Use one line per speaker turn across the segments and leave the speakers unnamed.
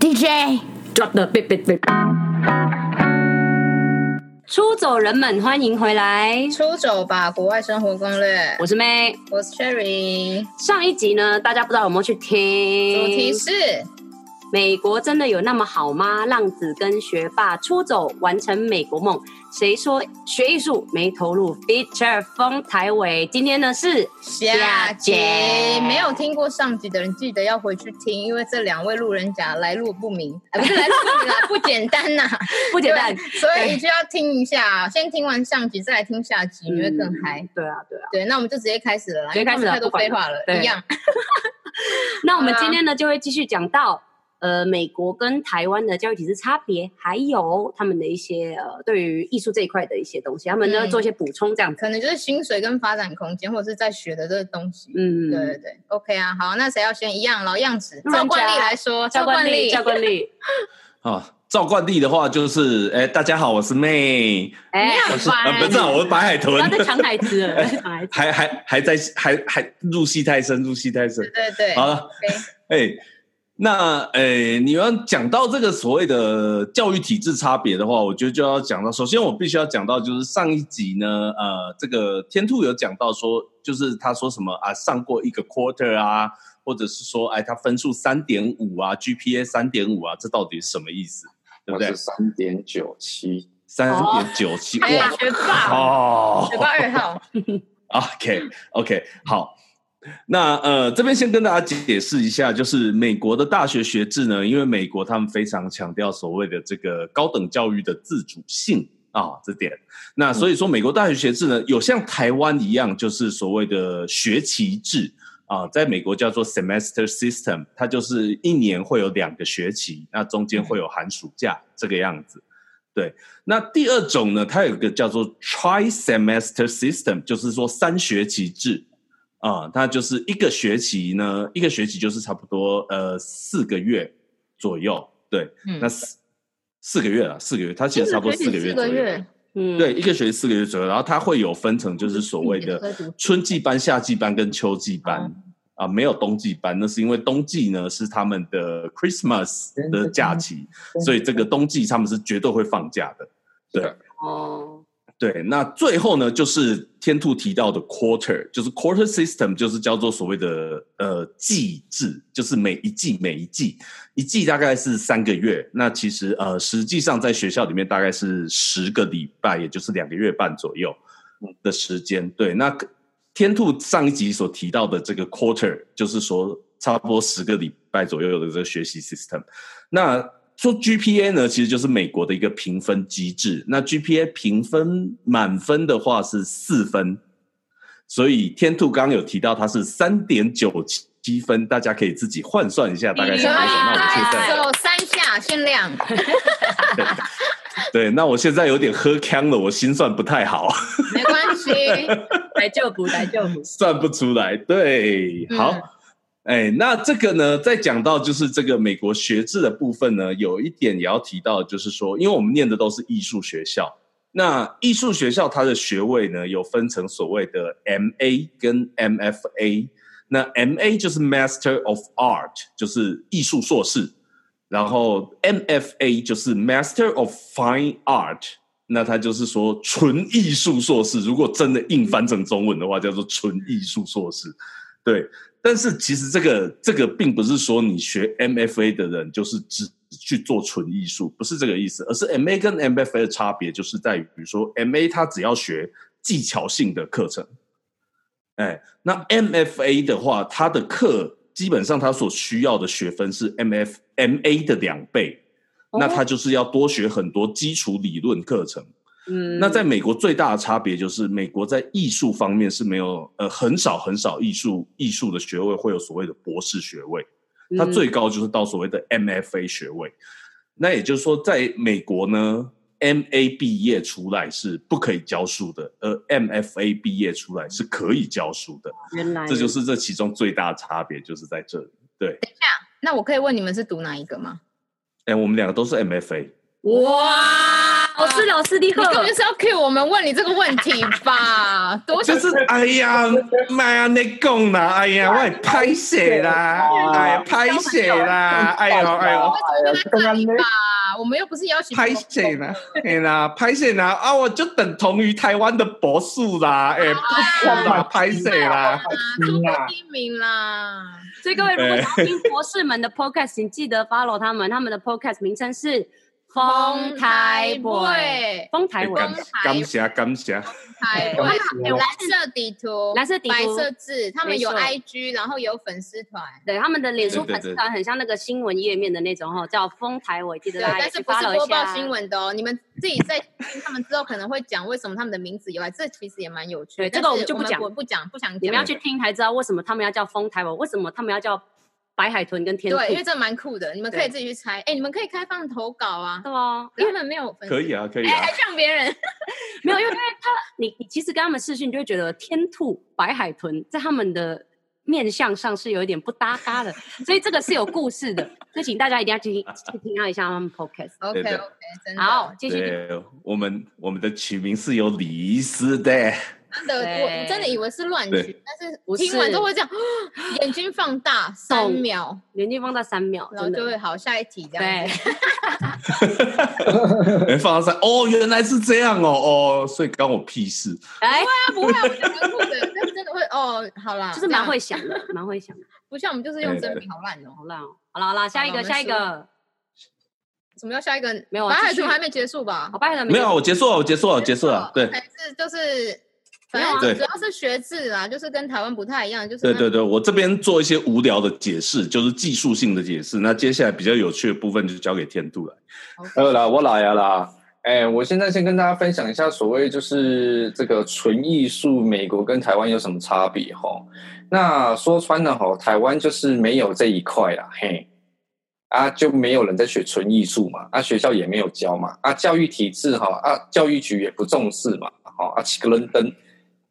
DJ
drop the beat beat beat。出走人们，欢迎回来，
出走吧，国外生活攻略。
我是妹。
我是 Cherry，
上一集呢，大家不知道有没有去听？
主题是
美国真的有那么好吗？浪子跟学霸出走，完成美国梦。谁说学艺术没投入？Feature 丰台伟，今天呢是
下集
下集，
没有听过上集的人记得要回去听，因为这两位路人甲来路不明，呃、不是来路不明 啦，不简单呐、
不
不
简单。
所以一定要听一下，先听完上集再来听下集，你会更嗨。
对啊，对啊。
对，那我们就直接开始了啦，
直接开始
因为
了
他们太多
不管
废话了，
对
一样。
那我们
好啊
今天呢，就会继续讲到呃，美国跟台湾的教育体制差别，还有他们的一些呃，对于艺术这一块的一些东西，他们都要
嗯
做一些补充，这样子。
可能就是薪水跟发展空间，或者是在学的这个东西。
嗯，
对对对，OK 啊，好，那谁要先一样老样子？
路人甲
照惯例来说，
教官力，
例，
教官力，
啊，照惯例的话就是，哎、大家好，我是妹，
哎
你，
我
很
是
烦
啊，不是、啊，我是白海
不
豚
要， 再抢台词了， 不要再抢台词。
还还还在还还入戏太深，入戏太深
对。对对，
好了，
OK，
哎、那哎、你要讲到这个所谓的教育体制差别的话，我觉得就要讲到，首先我必须要讲到，就是上一集呢，呃，这个天兔有讲到说，就是他说什么啊，上过一个 quarter 啊，或者是说，哎，他分数三点五啊，GPA 三点五啊，这到底是什么意思？对不
我
对
是？三点九七，
三点九七，
哎呀
哇，
学霸，
哦
学霸二 号，
OK OK，好。那呃，这边先跟大家解释一下，就是美国的大学学制呢，因为美国他们非常强调所谓的这个高等教育的自主性啊，这点。
嗯
那所以说，美国大学学制呢，有像台湾一样，就是所谓的学期制啊，在美国叫做 semester system，它就是一年会有两个学期，那中
嗯
间会有寒暑假这个样子。那第二种呢，它有一个叫做 tri semester system，就是说三学期制啊、它就是一个学期呢，一个学期就是差不多呃四个月左右，对，
嗯
那四四个月了，四个月，它其实差不多四个月
四
左
个
右，
月，
嗯，
对，一个学期四个月左右，然后它会有分成，就是所谓的春季班、夏季班跟秋季班。啊，没有冬季班，那是因为冬季呢是他们的 Christmas 的假期，所以这个冬季他们是绝对会放假的。
哦，
对，那最后呢，就是天兔提到的 quarter，就是 quarter system，就是叫做所谓的呃季制，就是每一季每一季，一季大概是三个月。那其实呃，实际上在学校里面大概是十个礼拜，也就是两个月半左右的时间。对，那天兔上一集所提到的这个 quarter，就是说差不多十个礼拜左右的这个学习 system。那说 GPA 呢，其实就是美国的一个评分机制。那 GPA 评分满分的话是四分，所以天兔刚刚有提到它是三点九七分，大家可以自己换算一下，大概是多少。那我现在
手哎三下限 量，
对，那我现在有点喝呛了，我心算不太好，
没关系，
来就补，来就补。
算不出来。对，好。
嗯
哎，那这个呢，再讲到就是这个美国学制的部分呢，有一点也要提到，就是说，因为我们念的都是艺术学校，那艺术学校它的学位呢，有分成所谓的 M A 跟 M F A。那 M A 就是 Master of Art，就是艺术硕士，然后 M F A 就是 Master of Fine Art，那它就是说纯艺术硕士。如果真的硬翻成中文的话，叫做纯艺术硕士。对，但是其实这个这个并不是说你学 MFA 的人就是只去做纯艺术，不是这个意思，而是 MA 跟 MFA 的差别就是在于，比如说 MA 它只要学技巧性的课程，哎，那 MFA 的话，它的课基本上它所需要的学分是 MF MA 的两倍，
哦
那它就是要多学很多基础理论课程。
嗯，
那在美国最大的差别就是，美国在艺术方面是没有呃很少很少艺术艺术的学位会有所谓的博士学位，它
嗯
最高就是到所谓的 MFA 学位。那也就是说，在美国呢，MA 毕业出来是不可以教书的，而 MFA 毕业出来是可以教书的。
原来
这就是这其中最大的差别，就是在这里。对，
那我可以问你们是读哪一个吗？
哎，我们两个都是 MFA，
哇，老师，哦老师你
哦你
好
根，本就是要 cue 我们问你这个问题 吧？多想
就是哎呀，妈呀，你讲啦，哎呀，我也拍写啦，哎呀，拍写啦， 哎呦哎呦，
哎呀，刚刚那
吧，我们又不是邀请
拍 写啦，哎啦，拍写啦，啊，我就等同于台湾的博士啦， 哎，不错
啊
啦，拍写啦，
中
听
啊国
啊，
第一名啦。
所以各位如果想要听博士们的 podcast，请记得 follow 他们，他们的 podcast 名称是《丰台 boy》，丰 台
哎
文
感。感谢感谢，
台湾蓝色底图，
蓝色底图
白色字，他们有
没错
IG，然后有粉丝团，
对，他们的脸书粉丝
对对对
团很像那个新闻页面的那种哦，叫丰台文，记得
对，
大家
但
去
是不是
follow
播
一
报
下。啊
新闻的哦。你们自己在听他们之后，可能会讲为什么他们的名字以外，这其实也蛮有趣的。
对这个
但是
我
我
们就不讲
我不讲，不想
你们要
讲。
去听才知道为什么他们要叫丰台文，为什么他们要叫白海豚跟天兔。
对，因为
对
这蛮酷的，你们可以自己去猜。哎，你们可以开放投稿啊，
哦，
因为他们没有粉丝，哎
可以啊可以啊
哎
还，呛别人。
没有，因为因为他你你其实跟他们视讯，你就会觉得天兔、白海豚在他们的面相上是有一点不搭嘎的，所以这个是有故事的，所以请大家一定要去听去听到一下他们 podcast。
OK
对对
OK，真的
好，，继续
对，我们我们的取名是有礼仪师的，
真的，我
对
我真的以为是乱
对
举，但是
不是
听完之后会这样，眼睛放大三
懂
秒，
眼睛放到三秒，
然后
真
就
的。
会好下一题这
对
样 子。，
人放到三，哦，原来是这样哦哦，所以关我屁事，
哎，
他不会啊，我觉得蛮酷的，但是真的会哦，好啦，
就是
这
蛮
样
会，想的，蛮会想的。
不像我们就是用
对
真
对
名，好烂哦。
好啦，好啦，好啦，下一
好
个，
啦
下一
我们
个，
什么叫下一个？
没有啊
白海
继续
豚还没结束吧
好？吧，白海豚
没有，啊我结束了，我结束了，哦我结束了，
哎
对。
还是就是，反
没
有
正
啊
主要是学制啦，就是跟台湾不太一样，就是
对对
那
对，我这边做一些无聊的解释，就是技术性的解释。那接下来比较有趣的部分就交给天度了。
还有啦，我来呀啦。哎、我现在先跟大家分享一下所谓就是这个纯艺术，美国跟台湾有什么差别哈？那说穿了哈，台湾就是没有这一块啦，嘿，啊就没有人在学纯艺术嘛，啊学校也没有教嘛，啊教育体制哈，啊教育局也不重视嘛，好啊七个伦登。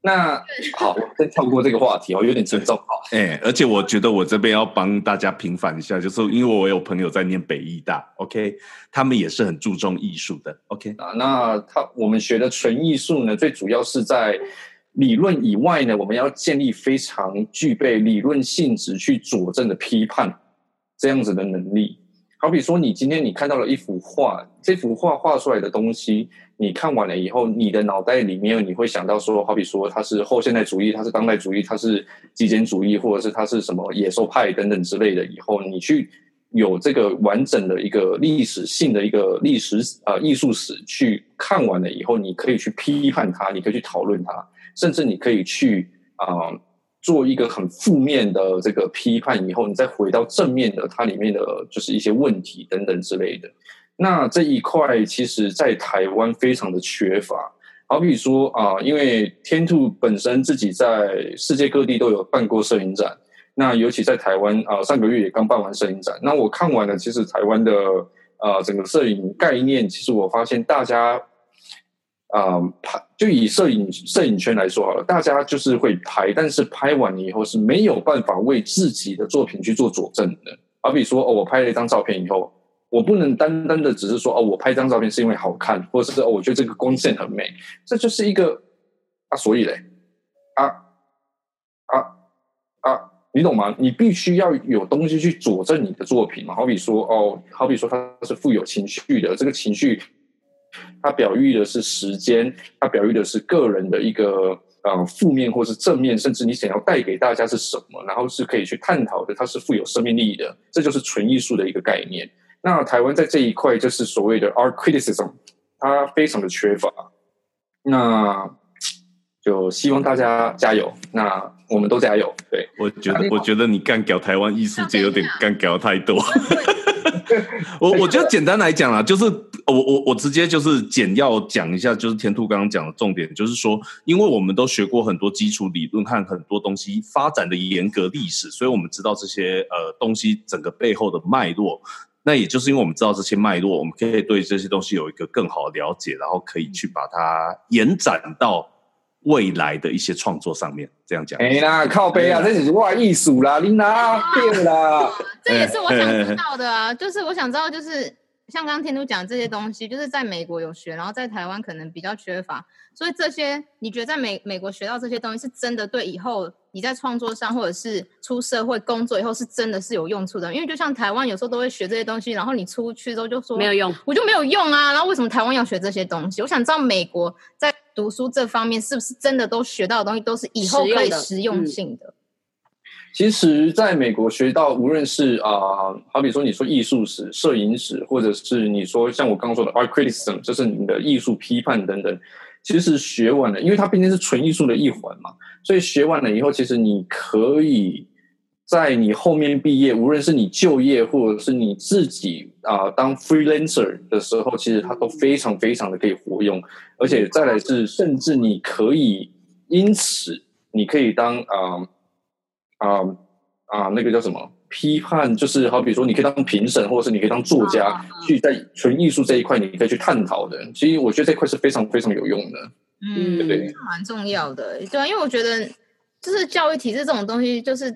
那好，我先跳过这个话题哦，有点沉重哈。
哎，而且我觉得我这边要帮大家平反一下，就是因为我有朋友在念北艺大，OK，他们也是很注重艺术的，OK。
啊，那他我们学的纯艺术呢，最主要是在理论以外呢，我们要建立非常具备理论性质去佐证的批判这样子的能力。好比说，你今天你看到了一幅画，这幅画画出来的东西，你看完了以后，你的脑袋里面你会想到说，好比说它是后现代主义，它是当代主义，它是极简主义，或者是它是什么野兽派等等之类的。以后你去有这个完整的一个历史性的一个历史呃艺术史去看完了以后，你可以去批判它，你可以去讨论它，甚至你可以去啊、呃做一个很负面的这个批判以后，你再回到正面的它里面的就是一些问题等等之类的。那这一块其实，在台湾非常的缺乏。好比说啊、因为天兔本身自己在世界各地都有办过摄影展，那尤其在台湾啊、呃上个月也刚办完摄影展。那我看完了，其实台湾的呃整个摄影概念，其实我发现大家啊、拍，就以摄影摄影圈来说好了，大家就是会拍，但是拍完了以后是没有办法为自己的作品去做佐证的。好比说，哦，我拍了一张照片以后，我不能单单的只是说，哦，我拍一张照片是因为好看，或者是哦，我觉得这个光线很美，这就是一个啊，所以嘞，啊啊啊，你懂吗？你必须要有东西去佐证你的作品嘛。好比说，哦，好比说它是富有情绪的，这个情绪它表喻的是时间，它表喻的是个人的一个呃负面或是正面，甚至你想要带给大家是什么，然后是可以去探讨的，它是富有生命力的，这就是纯艺术的一个概念。那台湾在这一块就是所谓的 art criticism，它非常的缺乏。那就希望大家加油，那我们都加油，对。
我觉得，我觉得你干屌台湾艺术界有点干屌太多。我我觉得简单来讲啦，就是我我我直接就是简要讲一下，就是田兔刚刚讲的重点，就是说，因为我们都学过很多基础理论和很多东西发展的严格历史，所以我们知道这些呃东西整个背后的脉络。那也就是因为我们知道这些脉络，我们可以对这些东西有一个更好的了解，然后可以去把它延展到未来的一些创作上面。这样讲，
哎啦，靠背啊，这只是我的艺术啦，你哪变啦？
这也是我想知道的啊，就是我想知道，就是像刚刚天都讲这些东西，就是在美国有学，然后在台湾可能比较缺乏，所以这些你觉得在美美国学到这些东西，是真的对以后你在创作上，或者是出社会工作以后，是真的是有用处的？因为就像台湾有时候都会学这些东西，然后你出去之后就说
没有用。
我就没有用啊。然后为什么台湾要学这些东西？我想知道美国在读书这方面是不是真的都学到的东西都是以后可以实用嗯性的？
其实，在美国学到，无论是啊、好比说你说艺术史、摄影史，或者是你说像我刚刚说的 art criticism，就是你的艺术批判等等，其实学完了，因为它毕竟是纯艺术的一环嘛，所以学完了以后，其实你可以在你后面毕业，无论是你就业或者是你自己啊、当 freelancer 的时候，其实它都非常非常的可以活用，而且再来是，甚至你可以因此你可以当啊。啊啊，那个叫什么？批判就是好比说，你可以当评审，或者是你可以当作家，去在纯艺术这一块，你可以去探讨的。其实我觉得这块是非常非常有用的。
嗯，
对
这蛮重要的，对啊，因为我觉得就是教育体制这种东西，就是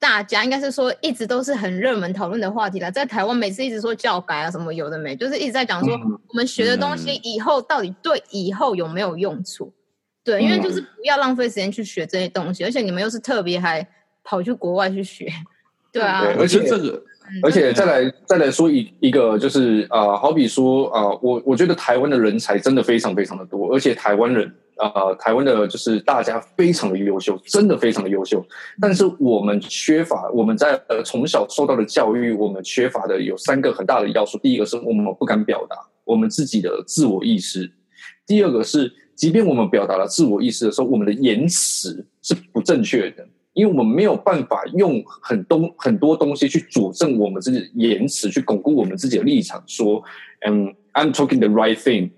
大家应该是说一直都是很热门讨论的话题啦。在台湾每次一直说教改啊什么有的没，就是一直在讲说
嗯
我们学的东西以后到底对以后有没有用处？对，因为
嗯
就是不要浪费时间去学这些东西，而且你们又是特别还跑去国外去学，对啊，
对
我觉得这个
嗯
而且再来再来说一一个就是啊、呃好比说啊、呃我我觉得台湾的人才真的非常非常的多，而且台湾人啊、呃台湾的就是大家非常的优秀，真的非常的优秀。但是我们缺乏我们在呃从小受到的教育，我们缺乏的有三个很大的要素。第一个是我们不敢表达我们自己的自我意识，第二个是即便我们表达了自我意识的时候，我们的言辞是不正确的。因为我们没有办法用很东很多东西去佐证我们自己的言辞，去巩固我们自己的立场，说，嗯，I'm talking the right thing。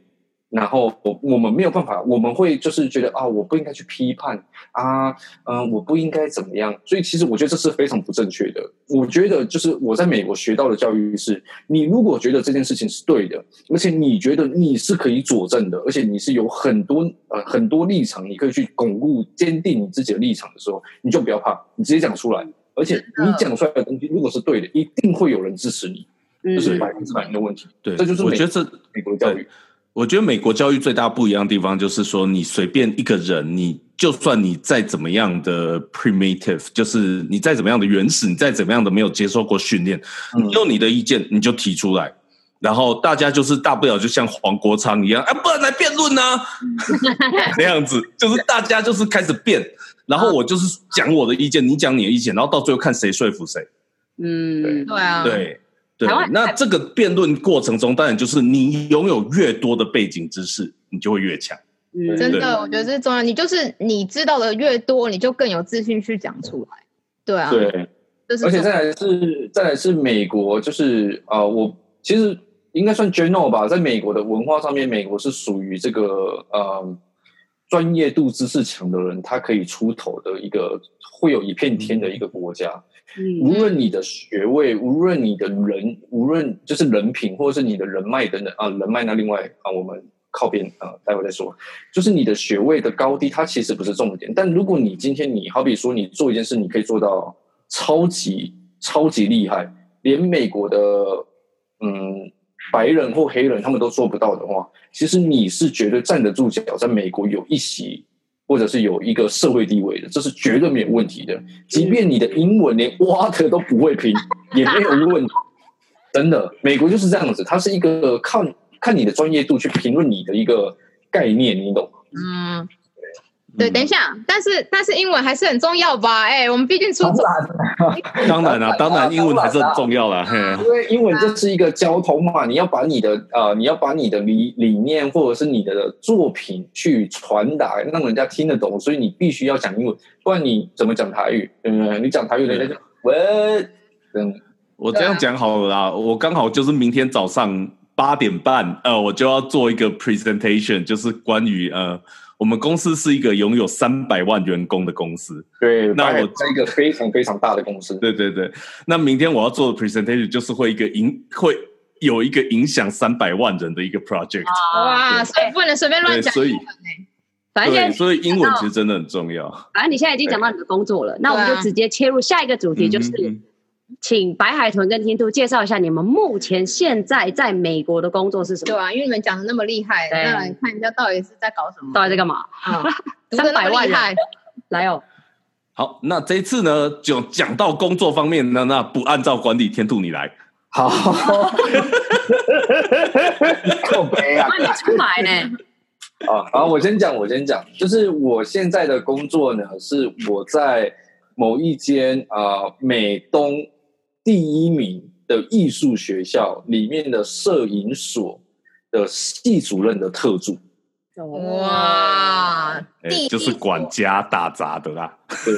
然后我我们没有办法，我们会就是觉得啊，我不应该去批判啊，嗯、我不应该怎么样。所以其实我觉得这是非常不正确的。我觉得就是我在美国学到的教育是，你如果觉得这件事情是对的，而且你觉得你是可以佐证的，而且你是有很多呃很多立场，你可以去巩固、坚定你自己的立场的时候，你就不要怕，你直接讲出来。而且
的
你讲出来的东西如果是对的，一定会有人支持你，
嗯
这是百分之百没有问题。
对，
这就是
我
美
觉得这
美国的教
对
育，
我觉得美国教育最大不一样的地方就是说，你随便一个人，你就算你再怎么样的 primitive，就是你再怎么样的原始，你再怎么样的没有接受过训练，
嗯
你有你的意见你就提出来，然后大家就是大不了就像黄国昌一样，啊，不然来辩论呐、那样子，就是大家就是开始辩，然后我就是讲我的意见，你讲你的意见，然后到最后看谁说服谁。
嗯
对，
对啊，
对对
台湾，
那这个辩论过程中，当然就是你拥有越多的背景知识，你就会越强。
嗯
真
对
的，我觉得这是重要。你就是你知道的越多，你就更有自信去讲出来。对啊，
对。
这是
而且
重
再来是再来是美国，就是呃，我其实应该算 general 吧，在美国的文化上面，美国是属于这个呃专业度、知识强的人，他可以出头的一个会有一片天
嗯
的一个国家。无
嗯
论你的学位，无论你的人，无论就是人品，或者是你的人脉等等啊，人脉那另外啊，我们靠边啊，待会再说。就是你的学位的高低，它其实不是重点。但如果你今天你好比说你做一件事，你可以做到超级超级厉害，连美国的嗯白人或黑人他们都做不到的话，其实你是绝对站得住脚，在美国有一席。或者是有一个社会地位的，这是绝对没有问题的。即便你的英文连 water 都不 会拼，也没有问题。真的，美国就是这样子，它是一个看看你的专业度去评论你的一个概念，你懂吗？
嗯，
嗯
对，等一下，但是但是英文还是很重要吧？哎、我们毕竟出走，
当 然啦、当然英文还是很重要啦。嘿啊
因为英文这是一个交通嘛，你要把你的呃，你要把你的理理念或者是你的作品去传达，让人家听得懂，所以你必须要讲英文，不然你怎么讲台语？对不对？你讲台语，人家就喂，嗯，
我这样讲好了啦，我刚好就是明天早上八点半，呃，我就要做一个 presentation，就是关于呃，我们公司是一个拥有三百万员工的公司，
对，
那我
在一个非常非常大的公司，
对对对，那明天我要做的 presentation 就是会一个影会有一个影响三百万人的一个 project，、
哇，所以不能随便乱
啊对，
讲。哎
所以
啊反正
对，
现在，
所以英文其实真的很重要。
反正你现在已经讲到你的工作了，那我们
对啊
就直接切入下一个主题，就是
嗯嗯嗯
请白海豚跟天兔介绍一下你们目前现在在美国的工作是什
对
么？
啊，因为你们讲的那么厉害，
对
那来看一下到底是在搞什么。
到底在干嘛？
啊，读的那
300
么
万
厉
人
害，
来哦，
好，那这一次呢，就讲到工作方面，那那不按照管理天兔你来，
好，够悲啊！
那你 出来 呢？
啊，好，我先讲，我先讲，就是我现在的工作呢，是我在某一间啊、呃美东第一名的艺术学校里面的摄影所的系主任的特助，
哦
哇，
哎、
第一
就是管家打杂的啦。
对，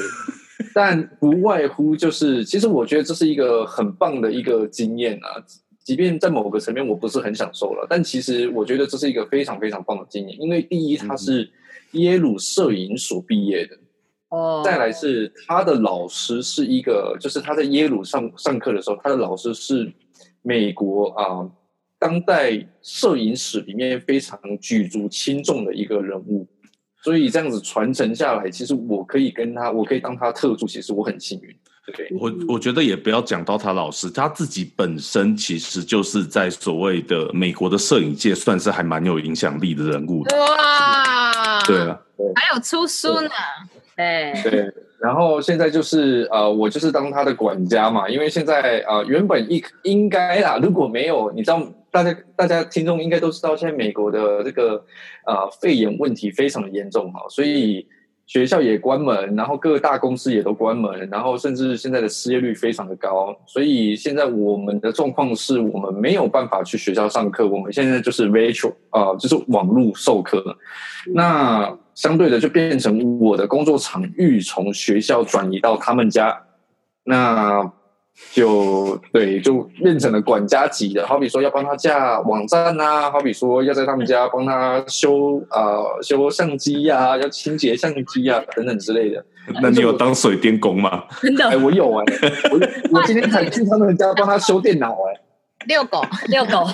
但不外乎就是，其实我觉得这是一个很棒的一个经验啊。即便在某个层面我不是很享受了，但其实我觉得这是一个非常非常棒的经验，因为第一，他是耶鲁摄影所毕业的。
哦
再来是他的老师是一个，就是他在耶鲁上上课的时候，他的老师是美国啊、当代摄影史里面非常举足轻重的一个人物，所以这样子传承下来，其实我可以跟他，我可以当他特助，其实我很幸运。对，
我
嗯
我觉得也不要讲到他老师，他自己本身其实就是在所谓的美国的摄影界算是还蛮有影响力的人物的。
哇，
对，啊，
还有出书呢，
哎，
对，然后现在就是呃，我就是当他的管家嘛，因为现在呃，原本应应该啦，如果没有，你知道，大家大家听众应该都知道，现在美国的这个呃肺炎问题非常的严重哈，所以学校也关门，然后各大公司也都关门，然后甚至现在的失业率非常的高，所以现在我们的状况是我们没有办法去学校上课，我们现在就是 virtual 啊、呃就是网络授课。那相对的就变成我的工作场域从学校转移到他们家，那就对，就变成了管家级的。好比说要帮他架网站啊，好比说要在他们家帮他修啊、呃修相机呀、要清洁相机呀、等等之类的。
那你有当水电工吗？
真
哎、
的
我有哎、我我今天才去他们家帮他修电脑哎、
遛狗，
遛 狗，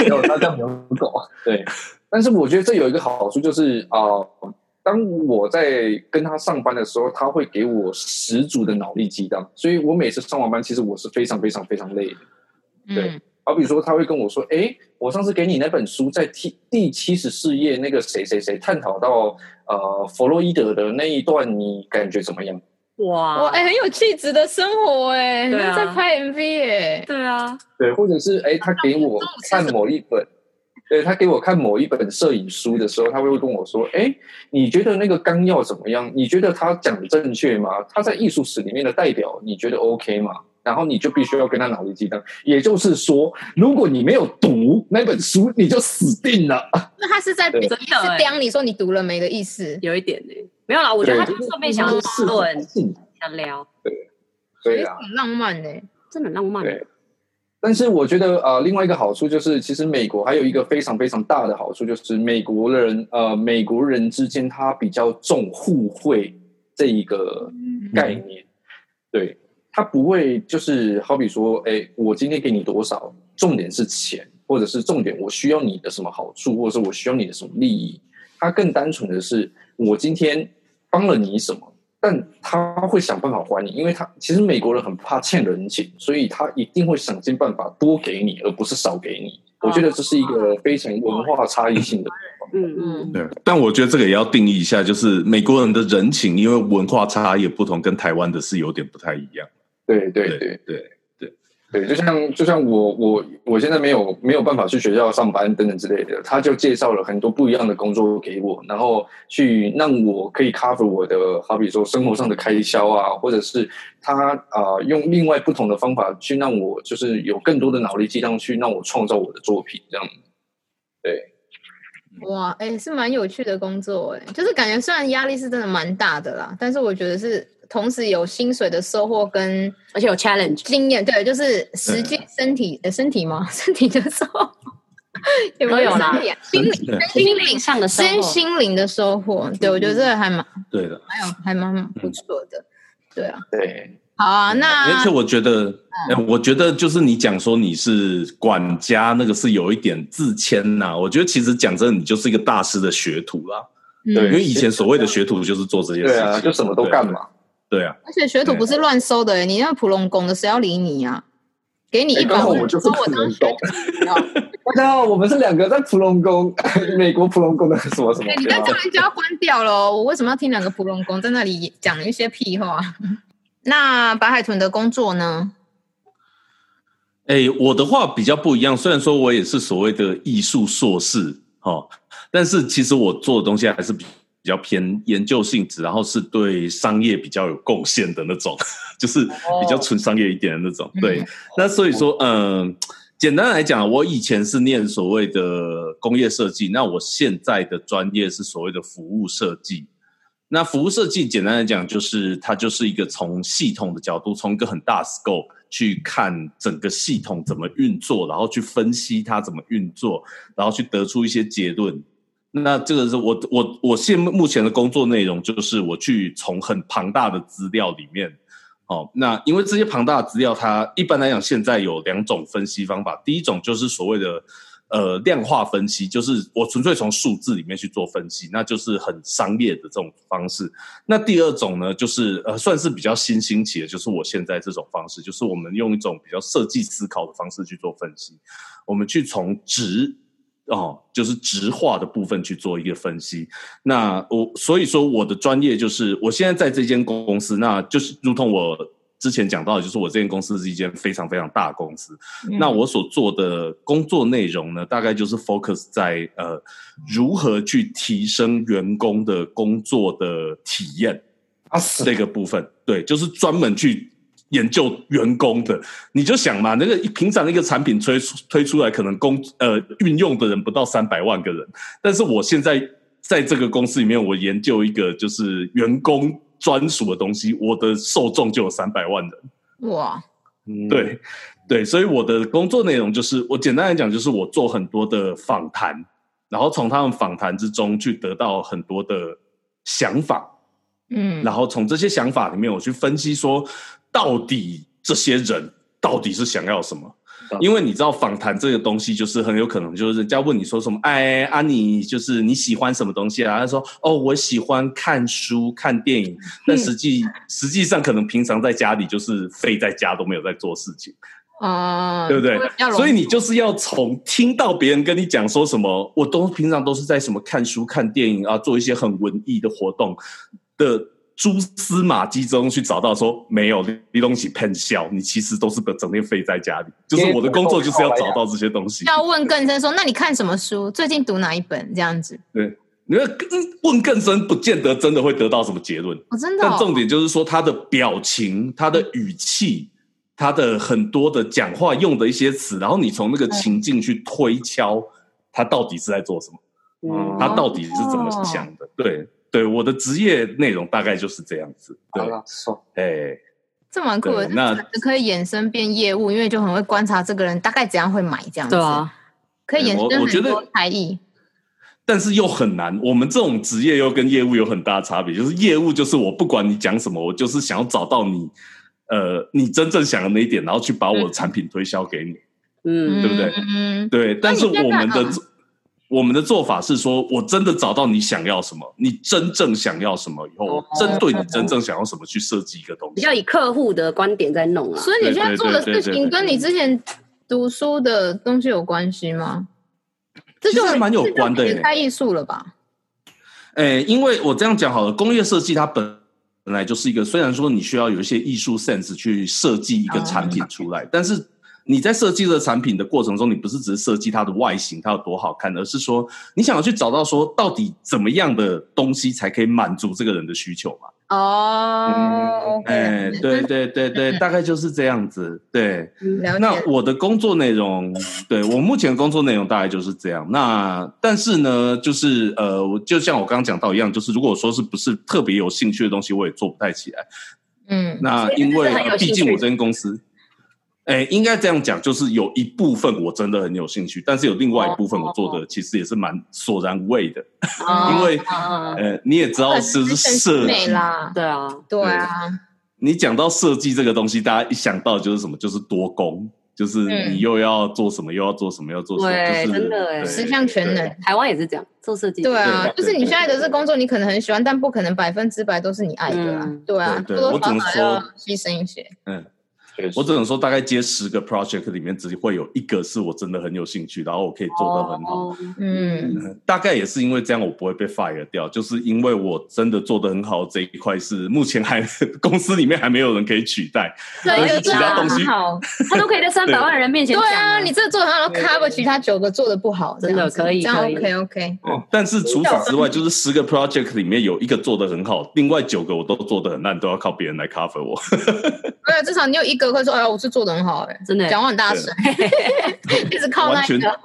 没有他叫牛狗。对，但是我觉得这有一个好处就是啊、呃当我在跟他上班的时候，他会给我十足的脑力激荡，所以我每次上完班，其实我是非常非常非常累的。对
嗯，
好比说，他会跟我说：“哎，我上次给你那本书，在第第七十四页那个谁谁谁探讨到呃弗洛伊德的那一段，你感觉怎么样
哇，
哇，
哎，很有气质的生活哎，
对啊
在拍 MV 哎，
对啊，？”
对，或者是哎，他给我
中午吃
看
什么
某一本，对他给我看某一本摄影书的时候，他会跟我说：“哎，你觉得那个纲要怎么样？你觉得他讲的正确吗？他在艺术史里面的代表，你觉得 OK 吗？”然后你就必须要跟他脑力激荡。也就是说，如果你没有读那本书，你就死定了。
那他是在
对
是
真的哎
刁你说你读了没的意思，
有一点呢，没有啦，我觉得他嗯
对
就是顺便想讨论、
性，
想聊，
对啊。
很浪漫哎，
真的很浪漫。欸
对但是我觉得呃，另外一个好处就是，其实美国还有一个非常非常大的好处，就是美国人呃，美国人之间他比较重互惠这一个概念，对他不会就是好比说，哎，我今天给你多少，重点是钱，或者是重点我需要你的什么好处，或者是我需要你的什么利益，他更单纯的是我今天帮了你什么。但他会想办法还你，因为他其实美国人很怕欠人情，所以他一定会想尽办法多给你，而不是少给你。我觉得这是一个非常文化差异性的
嗯嗯，
嗯，
对，但我觉得这个也要定义一下，就是美国人的人情，因为文化差异不同，跟台湾的是有点不太一样。
对对对
对，
对，就像就像我我我现在没有没有办法去学校上班等等之类的，他就介绍了很多不一样的工作给我，然后去让我可以 cover 我的，好比说生活上的开销啊，或者是他啊、呃用另外不同的方法去让我就是有更多的脑力激荡去让我创造我的作品这样。嗯
哇，哎、是蛮有趣的工作哎、就是感觉虽然压力是真的蛮大的啦，但是我觉得是同时有薪水的收获跟
而且有 challenge，
经验，对，就是实际
嗯
身体、呃身体吗？ 身体的收获 有没
都有啦
身体啊心灵、
对
心灵上的收获
身心灵的收获，对我觉得这个还蛮
嗯
对的，
还有还蛮不错的，对啊，
对，
好
嗯
啊，
而且
那
我觉得，呃我觉得就是你讲说你是管家，那个是有一点自谦呐、我觉得其实讲真的，你就是一个大师的学徒啦，
对
嗯因为以前所谓的学徒就是做这些事
对啊
情，
啊，就什么都干嘛。
对啊，
而且学徒不是乱收的、欸，你那普龙宫的谁要理你啊？给你
哎
一
刚
百
好
万，
我就是
收我
普
当哦
龙
学
宫
徒，不 要
那啊我们是两个在普隆宫， 美国普隆宫的什么啊什么
哎，你在
啊
这里就要关掉了哦、我为什么要听两个普龙公在那里讲一些屁话？ 那白海豚的工作呢？
哎，我的话比较不一样，虽然说我也是所谓的艺术硕士，哦，但是其实我做的东西还是比比较偏研究性质，然后是对商业比较有贡献的那种， 就是比较纯商业一点的那种。对，那所以说，嗯、简单来讲，我以前是念所谓的工业设计，那我现在的专业是所谓的服务设计。那服务设计简单来讲，就是它就是一个从系统的角度，从一个很大 scope 去看整个系统怎么运作，然后去分析它怎么运作，然后去得出一些结论。那这个是我我我现目前的工作内容，就是我去从很庞大的资料里面，哦，那因为这些庞大的资料，它一般来讲现在有两种分析方法，第一种就是所谓的呃量化分析，就是我纯粹从数字里面去做分析，那就是很商业的这种方式。那第二种呢，就是呃算是比较新兴起的，就是我现在这种方式，就是我们用一种比较设计思考的方式去做分析，我们去从值。哦，就是直化的部分去做一个分析。那我所以说我的专业就是我现在在这间公司，那就是如同我之前讲到的，就是我这间公司是一间非常非常大的公司。那我所做的工作内容呢，大概就是 focus 在呃如何去提升员工的工作的体验。
啊死
这个部分，对，就是专门去研究员工的。你就想嘛，那个平常一个产品推出推出来，可能工呃运用的人不到三百万个人，但是我现在在这个公司里面，我研究一个就是员工专属的东西，我的受众就有三百万人。
哇，
对对，所以我的工作内容就是，我简单来讲就是我做很多的访谈，然后从他们访谈之中去得到很多的想法。
嗯，
然后从这些想法里面，我去分析说，到底这些人到底是想要什么
嗯？
因为你知道访谈这个东西，就是很有可能就是人家问你说什么，哎，啊你就是你喜欢什么东西啊？他说哦，我喜欢看书、看电影，但实际实际上可能平常在家里就是废在家都没有在做事情。
呃，
对不对
会比较？容易
所以你就是要从听到别人跟你讲说什么，我都平常都是在什么看书、看电影啊，做一些很文艺的活动的蛛丝马迹中去找到说，没有你东西喷笑，你其实都是整天废在家里。就是我的工作就是要找到这些东西。
要问更深说，那你看什么书？最近读哪一本？这样子，
你要问更深，不见得真的会得到什么结论。
我、真的、
但
哦，
重点就是说他的表情、他的语气、他的很多的讲话用的一些词，然后你从那个情境去推敲他到底是在做什么，
嗯，
他
哦
到底是怎么想的。对对，我的职业内容大概就是这样子。对
啊，啦手
哎，
这蛮酷的，
对那
这可以衍生变业务，因为就很会观察这个人大概怎样会买这样子，
对，啊，
可以衍
我我觉
生很
得
多才艺。
但是又很难。我们这种职业又跟业务有很大差别，就是业务就是我不管你讲什么，我就是想要找到你。呃，你真正想的那一点，然后去把我的产品推销给你。
嗯
对不对
嗯，
对，但是
你现在
我们的
嗯
做我们的做法是说，我真的找到你想要什么，你真正想要什么以后，
哦
我针对你真正想要什么去设计一个东
比
西
较。以客户的观点在弄啊，
所以你现在
对对
做的
对对
事
对对
情
对
跟你之前读书的东西有关系吗？这
其实
就
还蛮有关的耶
这就太艺术了吧？
诶，哎因为我这样讲好了，工业设计它本本来就是一个，虽然说你需要有一些艺术 sense 去设计一个产品出来，但是你在设计这个产品的过程中，你不是只是设计它的外形它有多好看，而是说你想要去找到说到底怎么样的东西才可以满足这个人的需求嘛。
哦，OK，
哎，对对对 对，大概就是这样子。对，
了
那
解。
我的工作内容，对我目前的工作内容大概就是这样。那但是呢，就是呃，我就像我刚刚讲到一样，就是如果说是不是特别有兴趣的东西，我也做不太起来。
嗯，
那
所以
因
就是
为
很有
呃毕
兴
竟
趣
我这间公司，哎，应该这样讲，就是有一部分我真的很有兴趣，但是有另外一部分我
哦
做的其实也是蛮索然无味的，
啊
因为
啊，
呃，你也知道，就是设
美
计
啦，
对啊，
对啊，
你讲到设计这个东西，大家一想到就是什么，就是多工，就是
嗯
你又要做什么，又要做什么，又要做什么，
对
就是
真的哎
对
十项全能
对。
台湾也是这样做设计，
对啊，就
对
是你现在的这工作，你可能很喜欢，但不可能百分之百都是你爱的啊
嗯。
对啊，
对对
多多
我只
少
能
少
说
要牺牲一些。
确实
我只能说，大概接十个 project 里面，只会有一个是我真的很有兴趣，然后我可以做得很好。
哦
嗯，
大概也是因为这样，我不会被 fire 掉，就是因为我真的做得很好这一块是目前还 公司里面还没有人可以取代。
这
但
个
是其他东西
很好。
他都可以在三百万人面前
对
讲
啊，你这个做的很好
对
，cover 其他九个做的不好，
真的
这样子
可以
这样
可以
OK OK。
哦
但是除此之外，就是十个 project 里面有一个做得很好，另外九个我都做得很烂，都要靠别人来 cover 我。
对啊，至少你有一个会说，哎呀，我是做的很好，哎，
真的
讲话很 大声，一直靠那
完
一
全
个。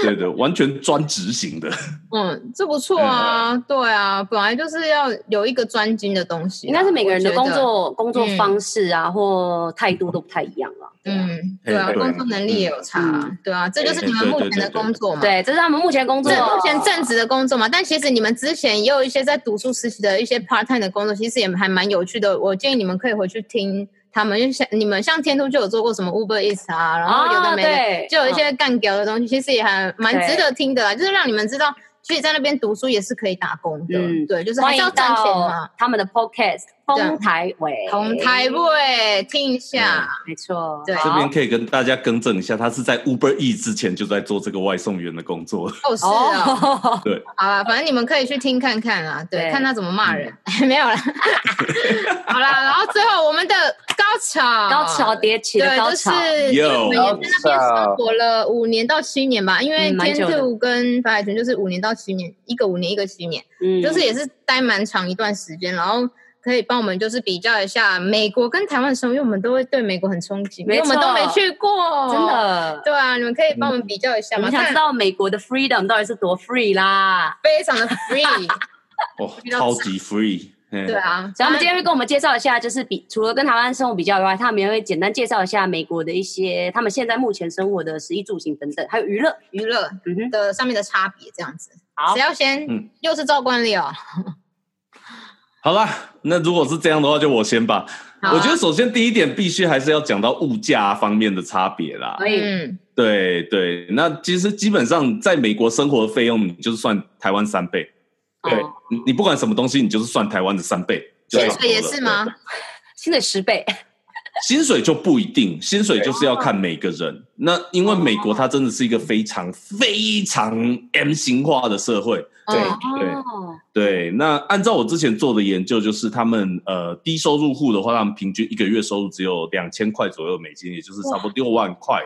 对对，完全专职型的。
嗯，这不错啊，
嗯
对啊，本来就是要有一个专精的东西啊。
应该是每个人的
我觉
工
得，
作工作
嗯
方式啊或态度都不太一样了。对嗯啊
嗯，对啊，
哎对
工作能力也有差啊，对啊，这就是你们
哎
目
对对
前的
对对
工作嘛。
对，这是他们目前工作
这目前正职的工作嘛，但其实你们之前也有一些在读书实习的一些 part time 的工作，其实也还蛮有趣的。我建议你们可以回去听他们，因为像你们像天都就有做过什么 Uber Eats 啊，然后有的
啊
没的，
对，
就有一些干掉的东西，其实也还蛮值得听的啦。就是让你们知道，其实在那边读书也是可以打工的，
嗯
对，就是还
欢
是
迎
要赚钱嘛 啊
到。他们的 podcast 丰台伟，
同台位听一下，
没错，
对
这
好
边可以跟大家更正一下，他是在 Uber E 之前就在做这个外送员的工作。
哦是哦，
哦，
好啦，反正你们可以去听看看啦，对，
对嗯
看他怎么骂人， 没有啦，好啦，然后最后我们的高潮，
高潮迭起的
对，
高
就
潮，
是因为我们也在那边生活了五年到七年吧，因为
嗯蛮
天
久的
兔跟白海豚就是五年到七年，一个五年一个七年，
嗯
就是也是待蛮长一段时间，然后。可以帮我们就是比较一下美国跟台湾的生活，因为我们都会对美国很憧憬，因为我们
没
都
错
没去过，
真。的，嗯
对啊，你们可以帮我们比较一下
我
吗？
们想
看
知道美国的 freedom 到底是多 free 啦。
非常的 free，
哦，
比较
超级 free。嗯
对，啊，
所以他们今天会跟我们介绍一下，就是比除了跟台湾生活比较以外，他们也会简单介绍一下美国的一些他们现在目前生活的食衣住行等等，还有娱乐。
娱乐
嗯哼，
的上面的差别这样子。
好
谁，要先？
嗯
又是赵冠例哦。
好啦，那如果是这样的话，就我先吧。
好啊
我觉得首先第一点，必须还是要讲到物价方面的差别啦。
可以，
嗯，
对对，那其实基本上在美国生活的费用，你就是算台湾三倍。
对
哦，
你你不管什么东西，你就是算台湾的三倍。就
潜
差不
水
多
也
了
是吗？？
薪水十倍，
薪水就不一定，薪水就是要看每个人。那因为美国它真的是一个非常非常 M 型化的社会，
对
嗯
对
哦，
对。那按照我之前做的研究，就是他们呃低收入户的话，他们平均一个月收入只有两千块左右美金，也就是差不多六万块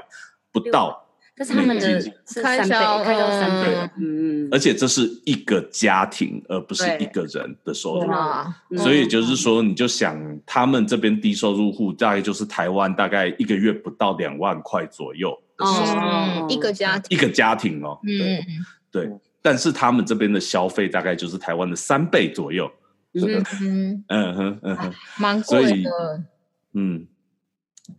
不到，
这是他们的
美
是
金
三倍，
开销
开销
嗯
三倍，嗯嗯
而且这是一个家庭，而不是
对
一个人的收
对
入。
哇，
嗯，
所以就是说，你就想他们这边低收入户大概就是台湾大概一个月不到两万块左右
哦
的收入。
嗯，一个家庭，
一个家庭哦，对，
嗯，
但是他们这边的消费大概就是台湾的三倍左右，
嗯
嗯，
嗯哼嗯哼
蛮
所
贵
以
的，
嗯，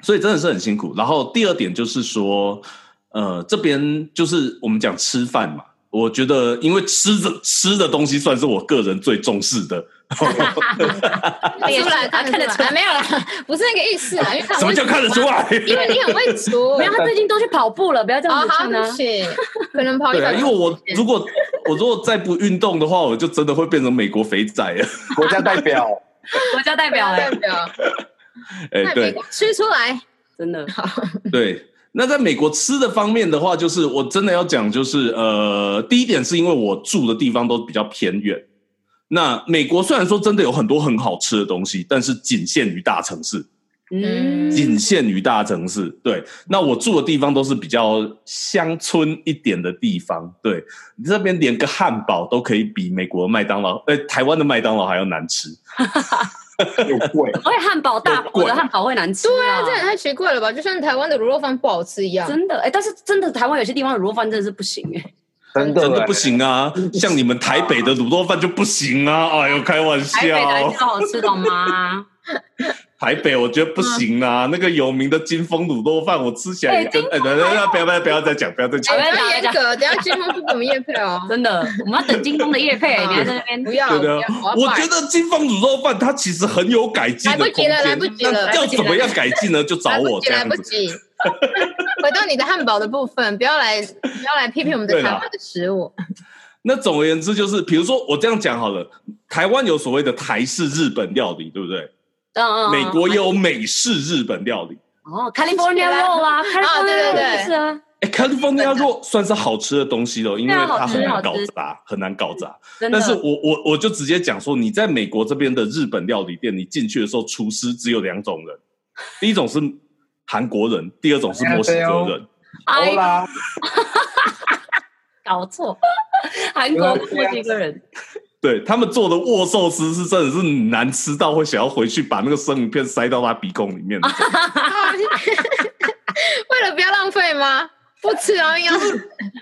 所以真的是很辛苦。然后第二点就是说，呃，这边就是我们讲吃饭嘛，我觉得因为吃的吃的东西算是我个人最重视的，
看得出来，
啊
看得出来，啊没有啦，不是那个意思啦，因为他
什么叫看得出？来？
因为你很会煮，
没有，他最近都去跑步了，不要这样
哦，
子
好，
看
对
啊
不。起，可能跑一
对啊，
百，
因为我如果我如果再不运动的话，我就真的会变成美国肥仔了。
国家代表，
国家代表哎
代，表
哎、
代
对
表，吃出来，
真的，
对，那在美国吃的方面的话，就是我真的要讲，就是呃，第一点是因为我住的地方都比较偏远。那美国虽然说真的有很多很好吃的东西，但是仅限于大城市，
嗯，
仅限于大城市。对，那我住的地方都是比较乡村一点的地方。对，这边连个汉堡都可以比美国麦当劳，呃，台湾的麦当劳还要难吃。
又贵，
所以汉堡大堡
贵
的汉堡会难吃啊，
对啊，这也太奇怪了吧？就像台湾的卤肉饭不好吃一样，
真的哎，但是真的台湾有些地方的卤肉饭真的是不行哎，
真 的
真的
欸
不。行啊！像你们台北的卤肉饭就不行啊！哎呦，开玩笑，
台北的还是好吃懂吗？
台北我觉得不
嗯
行啊，那个有名的金丰卤肉饭，我吃起来也跟哎，等等等，不要不要不要再讲，不要再讲
哎，
哎不要严格，等一下金峰不给我们夜配哦，
真的，我们要等京东的夜 配，
啊
你还在那边嗯
不要，
对
不
的
要，要
我
拜
觉得金丰卤肉饭它其实很有改进的空间，
来不及了来不及了
那要怎么样改进呢？就找
来
我
不及，
这
来
样
不
子。
及，回到你的汉堡的部分，不要来不要来批评我们的
对啦
台湾的食物。
那总而言之，就是比如说我这样讲好了，台湾有所谓的台式日本料理，对不对？
嗯嗯，嗯
美国也有美式日本料理。
哦，California roll 啊，California
对对对
roll 是啊，
哎，California roll 算是好吃的东西了，因为
对啊好
它
吃
很难
好
搞
吃
砸，很难搞砸。
真的
但是我我我就直接讲说，你在美国这边的日本料理店，你进去的时候，厨师只有两种人，第一种是韩国人，第二种是墨西哥人。
欧
哎，
啦，
搞错， 韩国跟墨西哥人，
对他们做的握寿司是真的是难吃到会想要回去把那个生鱼片塞到他鼻孔里面的。
为了不要浪费吗？不吃然后硬要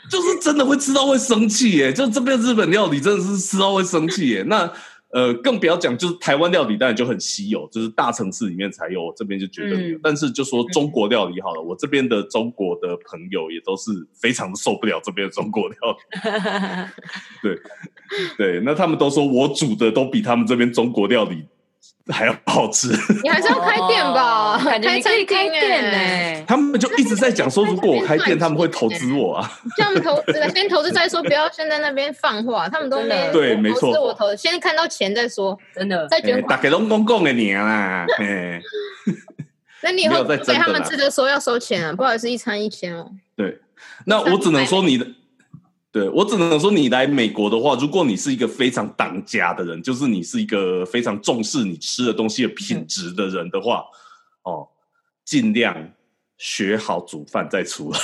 就是真的会吃到会生气耶！就这边日本料理真的是吃到会生气耶。那呃，更不要讲，就是台湾料理当然就很稀有，就是大城市里面才有，我这边就觉得没有。
嗯
但是就说中国料理好了，我这边的中国的朋友也都是非常的受不了这边的中国料理。 对，那他们都说我煮的都比他们这边中国料理还要好 吃。
你还是 要开店吧，
哦感觉你可以
餐厅
开店 呢。
哎
他们就一直在讲说，如果我开店，
那边赚钱
他们会投资我啊。
叫他们投资，先投资再说，不要先在那边放话。他们都
真
没
的
对没
我投资
错
我投资，先看到钱再说，
真的，
再
哎
捐
大
款。
概拢公共的你 啦，哎。
那你以后
没有在
给
真的啦
他们吃的时候要收钱啊，不好意思，一餐一千哦。
对， 那我只能说你的，对我只能说你来美国的话，如果你是一个非常当家的人，就是你是一个非常重视你吃的东西的品质的人的话，哦，尽量学好煮饭再出来。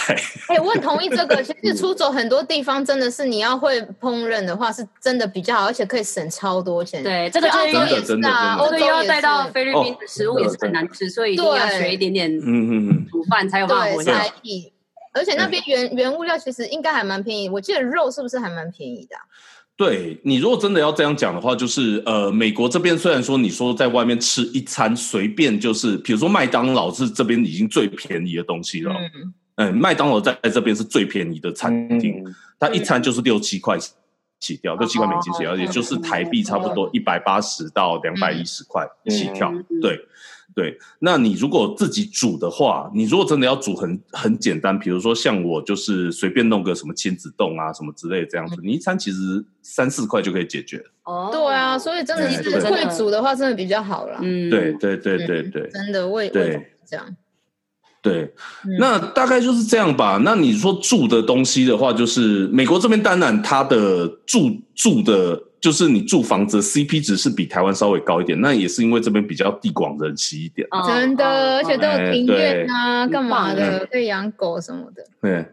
哎，我很同意这个。其实出走很多地方，真的是你要会烹饪的话，是真的比较好，而且可以省超多钱。，
对，这个
澳
就
洲
是
真的哦
也是
真的
啊，
真的
欧
欧
洲
洲
也
又要带到
是
菲律宾的食物也是很难吃，所以一定要学一点点
嗯嗯嗯，
煮饭才有办法
对
活下
才
去。
体，而且那边原原物料其实应该还蛮便宜，我记得肉是不是还蛮便宜的啊？
对你如果真的要这样讲的话，就是呃，美国这边虽然说你说在外面吃一餐随便就是，比如说麦当劳是这边已经最便宜的东西了，
嗯，
嗯，麦当劳在这边是最便宜的餐厅。
嗯
它一餐就是六七块起跳，六七块美金起跳，
哦
也就是台币差不多一百八十到两百一十块起跳
嗯嗯。
对对，那你如果自己煮的话，你如果真的要煮很很简单，比如说像我就是随便弄个什么亲子冻啊什么之类的这样子，
嗯
你一餐其实三四块就可以解决了。
哦
对啊，所以真的是
对
的
真
会煮的话，真的比较好啦。
嗯，
对对对对
嗯
对
真的，我也我也觉得
对
是这样。
对，
嗯
那大概就是这样吧。那你说住的东西的话，就是美国这边当然它的住住的，就是你住房子的 CP 值是比台湾稍微高一点，那也是因为这边比较地广人稀一点。
嗯，
哦真的，而且都有
哎
庭院啊，
对
干嘛
很
的，可以养狗什么的。
对，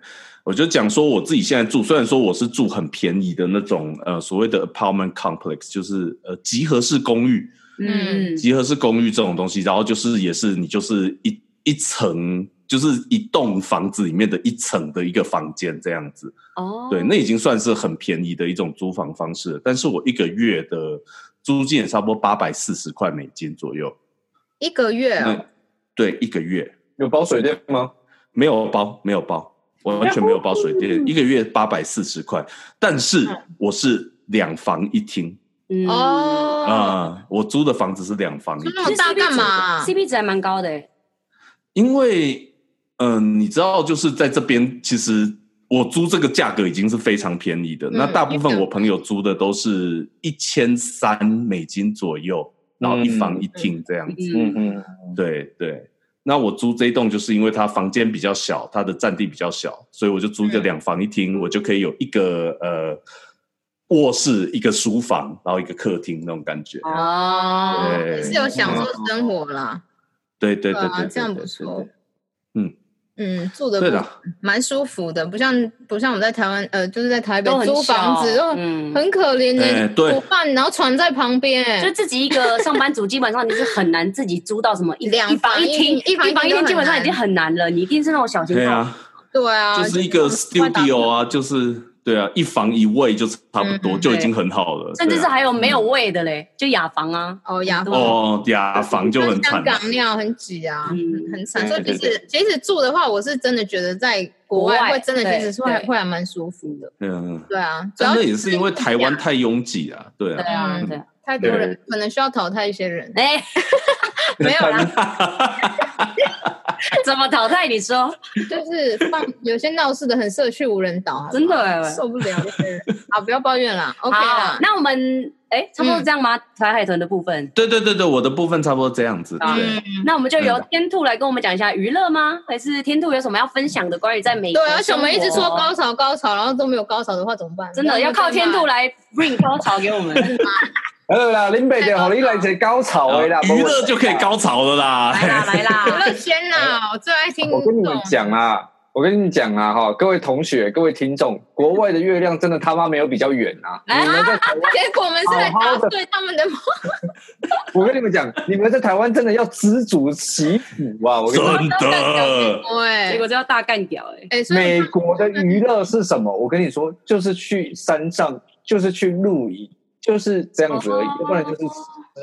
我就讲说我自己现在住，虽然说我是住很便宜的那种呃所谓的 apartment complex，就是呃集合式公寓，
嗯嗯
集合式公寓这种东西，然后就是也是你就是一一层。就是一栋房子里面的一层的一个房间这样子，
哦，
对，那已经算是很便宜的一种租房方式了。但是我一个月的租金也差不多八百四十块美金左右。
一个月哦，
那对啊一个月
有包水电吗？
没有包，没有包，我完全没有包水电，一个月八百四十块。但是我是两房一厅
嗯
啊、
哦，
我租的房子是两房一
那
厅，
么大干嘛？啊
？CP 值还蛮高的欸，
因为嗯、呃你知道，就是在这边其实。我租这个价格已经是非常便宜的，那
嗯
大部
因
分
为
我朋友租的都是一千三美金左右，然后一房一厅这样子。
嗯
嗯，
嗯，
对对，那我租这一栋就是因为它房间比较小，它的占地比较小，所以我就租一个
嗯
两房一厅，我就可以有一个呃卧室、一个书房，然后一个客厅那种感觉。
哦，
啊对
也是有享受生活啦，
对对对
对
对
啊
对，
这样不
对对
错
嗯
嗯，住的
对对
不
的，
蛮舒服的，不像不像我们在台湾，呃，就是在台北
都很
租房子
小
哦，
嗯
很可怜
哎
的，
对
煮饭然后床在旁边，哎
就自己一个上班族，基本上你是很难自己租到什么一
两
一房
房
一
一
厅，
一房一
一房一
厅
厅
都
基本上
很
已经
难
很难了，你一定是那种小型
对
套，
啊，
对啊，
就是一个
外打
studio 啊，就是对啊，一房一卫就差不多，
嗯
就已经很好了。
甚至是
对啊
还有没有位的嘞，就雅房啊，
哦，雅
很多
房
哦，雅房就很惨
香。港那样很挤啊，
嗯
很很惨。
对
所以即
对
使即使住的话，我是真的觉得在国
国
外
外
会真的其实是会
对对
会还蛮舒服的。
嗯，
对啊，主要
但那也是因为台湾太拥挤啊，对
对
啊，
啊
嗯
对啊，
太多人，可能需要淘汰一些人。
哎，
没有啦，
怎么淘汰？你说
就是放有些闹事的很社区无人岛，好不好
真的哎、
受不了这些 人。好，不要抱怨啦 o k
好
啦，。
那我们哎，差不多
嗯
这样吗？白海豚的部分，
对对对对，我的部分差不多这样子。
好
对，
嗯，
那我们就由
嗯
天兔来跟我们讲一下娱乐吗？还是天兔有什么要分享的关于在美国？
对，而且我们一直说高。潮高潮，然后都没有高潮的话怎么办？
真的要靠天兔
了。
来 bring 高潮给我 们，
好啦，林北就互你来一个高潮的啦，
啊哎娱乐就可以。高潮了
来啦
啦。
来
娱
啦！
乐圈啦，我最爱听。
我跟你们，讲啊，我跟你们讲啊，哈，各位同学、各位听众，国外的月亮真的他妈没有比较圆啊！你
哎
们在台湾，
结果我们是来打碎他们的梦。
我跟你们讲，你们在台湾真的要知足惜福啊！我跟你们
真的，
结
对
果，就要大干掉哎、
哎，所以
美国的娱乐是什么？我跟你说，就是去山上，就是去露营，就是这样子而已，
哦
要不然就是。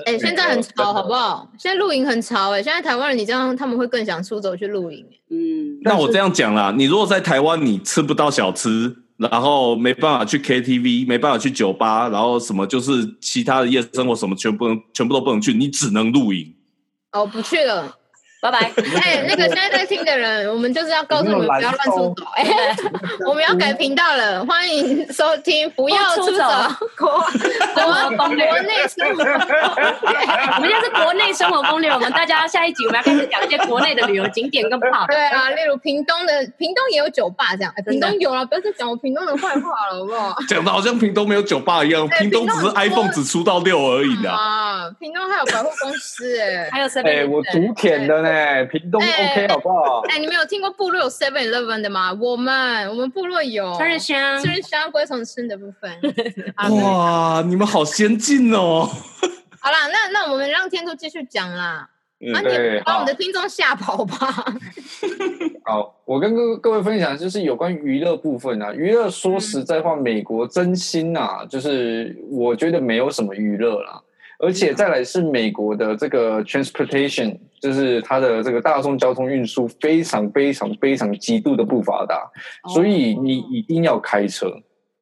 哎，现在很潮，好不好？现在露营很潮哎，现在台湾人你这样，他们会更想出走去露营。哎
嗯，
那我这样讲啦，你如果在台湾，你吃不到小吃，然后没办法去 KTV，没办法去酒吧，然后什么就是其他的夜生活什么全部能全部都不能去，你只能露营。
哦，不去了。
拜拜。
哎，那个现在在听的人，我们就是要告诉你们不要乱出走。哎，我们要改频道了，欢迎收听，不要出走国
生活攻略，
国内生活。
我们现在是国内生活攻略。我们大家下一集我们要开始讲一些国内的旅游景点跟 pub。
对啊，例如屏东的，屏东也有酒吧这样。哎
真
屏
的
东有了，不要再讲我屏东人坏话了，好不好？
讲的好像屏东没有酒吧一样，
哎
屏东只是
屏东很多
iPhone 只出到六而已的。
啊，屏东还有百货公司哎、
还有身
哎、
边、
我竹田的呢，屏东
哎
OK 好不好？
哎、你们有听过部落有 Seven Eleven 的吗？我们我们部落有，
穿着 香，
虽然香龟从吃的部 分。好啦
哇，你们好先进哦！
好啦，那那我们让天兔继续讲啦，
嗯
那、啊你也
对
不把我
好
们的听众吓跑吧。
好，我跟各各位分享就是有关娱乐部分啊。娱乐说实在话，美国真心啊，就是我觉得没有什么娱乐啦。而且再来是美国的这个 transportation，就是它的这个大众交通运输非常非常非常极度的不发达，所以你一定要开车。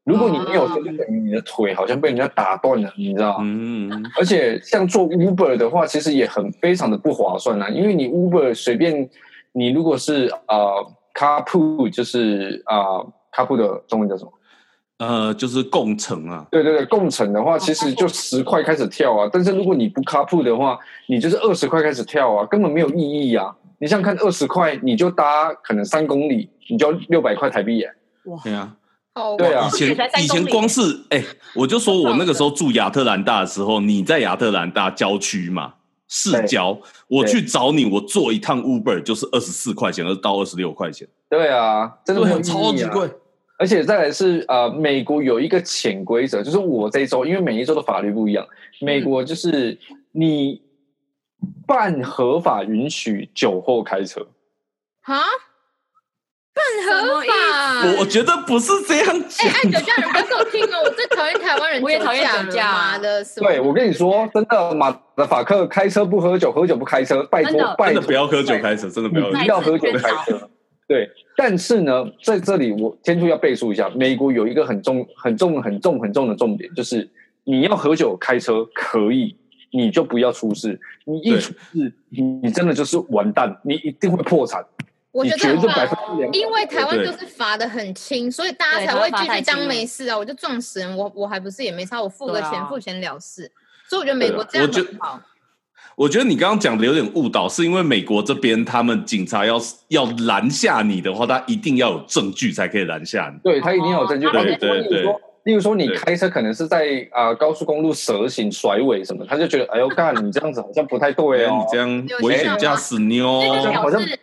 如果你没有车，就等于你的腿好像被人家打断了，你知道吗？
嗯，
而且像做 Uber 的话，其实也很非常的不划算啦、因为你 Uber 随便，你如果是呃 carpool，就是啊 carpool 的中文叫什么？
呃，就是共乘啊，
对对对，共乘的话，其实就十块开始跳啊。但是如果你不 carpool 的话，你就是二十块开始跳啊，根本没有意义啊。你想想看，二十块你就搭可能三公里，你就六百块台币耶、
对啊。
好，
对啊
以前
也才三
以
公里
前光是哎、我就说我那个时候住亚特兰大的时候，你在亚特兰大郊区嘛，市郊，我去找你，我坐一趟 Uber 就是二十四块钱，到二十六块钱，
对啊，真的没有意义、啊、
超级贵。
而且再来是呃，美国有一个潜规则，就是我这一周，因为每一周的法律不一样，
嗯
美国就是你半合法允许酒后开车，
啊，更合法。
我我觉得不是这样
哎、
讲，
爱酒驾人不要给我听哦！我最讨厌台湾人，
我也讨厌酒驾
妈的！死
对我跟你说，真的，马德法克开车不喝酒，喝酒不开车，拜
真
托
的
拜
真的
托，
不要喝酒开车，真的不
哎你
要喝
不
酒。
要喝酒开车。对，但是呢，在这里我天柱要背书一下，美国有一个很重、很重、很重、很重的重点，就是你要喝酒开车可以，你就不要出事。你一
对
出事，你你真的就是完蛋，你一定会破产，
我
你
觉
绝
得
对
很
百
棒
分之两百。
因为台湾
对
就是罚的很轻，所以大家才会继续当没事啊！我就撞死人，我我还不是也没差，我付个钱、
对啊
付钱了事。所以我觉得美国这样
对啊我觉
很好，
我觉得你刚刚讲的有点误导，是因为美国这边他们警察要要拦下你的话，他一定要有证据才可以拦下你。
对他一定要有证据。
哦
他
对
就说
对对
例如说例如说你
对
开车可能是在啊、呃高速公路蛇行甩尾什么，他就觉得哎呦干，你这样子好像不太对哦
你。这样
有
危
效
险
吗
驾驶妞，
哦
那就
好
表
像
示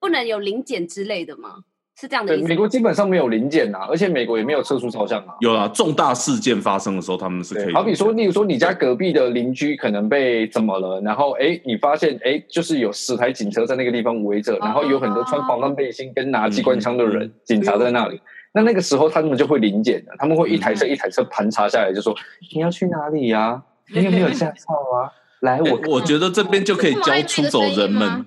不能有零检之类的吗？是这样的
对，
意
美
思？
国基本上没有零检呐、而且美国也没有车速照相啊。
有啦，重大事件发生的时候，他们是可
对，
以。
好比说，例如说你家隔壁的邻居可能被怎么了，然后哎，你发现哎，就是有十台警车在那个地方围着，然后有很多穿防弹背心跟拿机关枪的人，
嗯
警察在那里。那那个时候他们就会临检的，他们会一台车一台车盘查下来，就说你要去哪里呀、你有没有驾照啊？来，
哎，
我
我觉得这边就可以
嗯
教出走人
这么爱美的声音
们
吗，嗯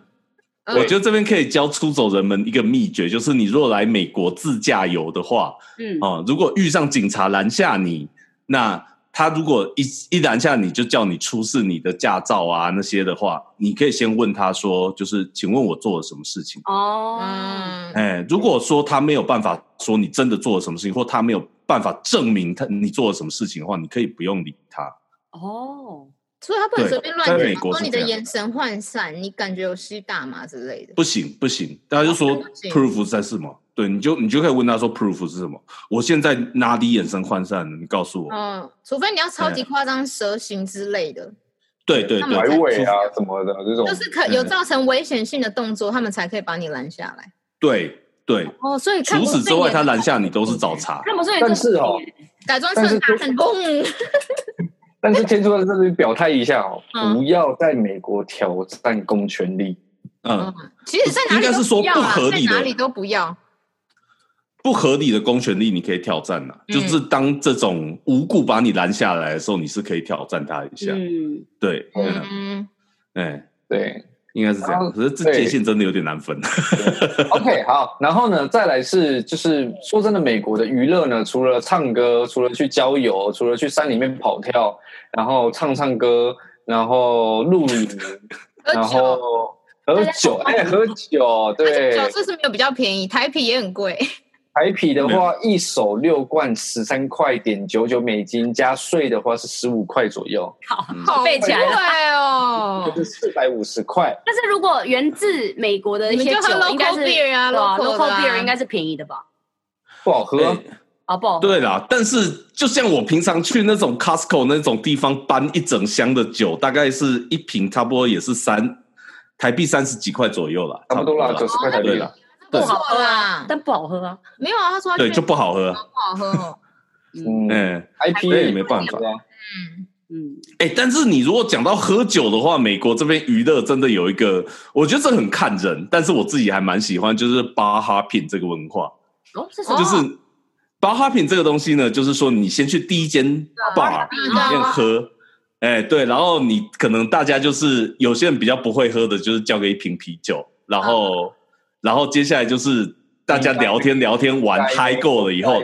我觉得这边可以教出走人们一个秘诀，就是你若来美国自驾游的话，
嗯，
啊、如果遇上警察拦下你，那他如果一一拦下你就叫你出示你的驾照啊那些的话，你可以先问他说，就是请问我做了什么事情？
哦，
嗯，
哎，如果说他没有办法说你真的做了什么事情，或他没有办法证明他你做了什么事情的话，你可以不用理他。
哦，
所以他不能
对
随便乱
在
讲，
美国
说
是
你
这
的
样
眼神涣散，你感觉有吸大麻之类的。
不行不行，大家就说
哦不行
proof 在什么？对，你就你就可以问他说 proof 是什么？我现在哪里眼神涣散了？你告诉我。
嗯，除非你要超级夸张、蛇形之类的，
对对
他
对，
们
摆
才
尾啊什么的这种，
就是
嗯
可有造成危险性的动作，他们才可以把你拦下来。
对对。
哦，所以看
除
不
此之外，
顺眼
他拦下你都是找茬。
看不顺眼
但
这
是哦，
改装车很大声，嘣！
但是天柱在这里表态一下哦，
嗯
不要在美国挑战公权力。
嗯，
其实在哪
应
里
该
都
是说
要啦
不合理的
在哪里都不要。
不合理的公权力你可以挑战呐、啊
嗯
就是当这种无故把你拦下来的时候，你是可以挑战他
啊
一下。
嗯，
对，嗯，
嗯，
哎、
对
应该是这
然
样。
后
可是这
对
界限真的有点难分。
，OK，好，然后呢，再来是就是说真的，美国的娱乐呢，除了唱歌，除了去郊游，除了去山里面跑跳，然后唱唱歌，然后露营，
喝
然
酒，
后喝酒，哎，喝酒，
而且
对，
酒是没有比较便宜，台啤也很贵。
台啤的话，
嗯
一手六罐十三块点九九美金，加税的话是十五块左右，
好背起来了。
对 哦，
就是四百五十块。
但是如果源自美国的
你
一
们
些
就喝
酒，应该
local
是
beer 啊
对啊
，local 的
local
啊
beer 应该是便宜的吧？
不 好喝、
对
啊不好，
哎对啦，但是就像我平常去那种 Costco 那种地方搬一整箱的酒，大概是一瓶，差不多也是三台币三十几块左右啦，
差不多啦，九十块台币
对
啦
啦。
不
对
好喝啦。
但不好喝啊。
没有啊，他说他
对，
觉
就
得
不好喝啊。
不好喝哦。
嗯
嗯，
，IP
那也没办法。
啊
嗯，
嗯，
哎、但是你如果讲到喝酒的话，美国这边娱乐真的有一个，我觉得这很看人，但是我自己还蛮喜欢，就是巴哈品这个文化，
哦，是什
哦
么？
就是巴哈品这个东西呢，就是说你先去第一间 bar
嗯
里面喝。哎，对，然后你可能大家就是有些人比较不会喝的，就是叫个一瓶啤酒，然后，然后接下来就是大家聊天聊天玩嗨够了以后，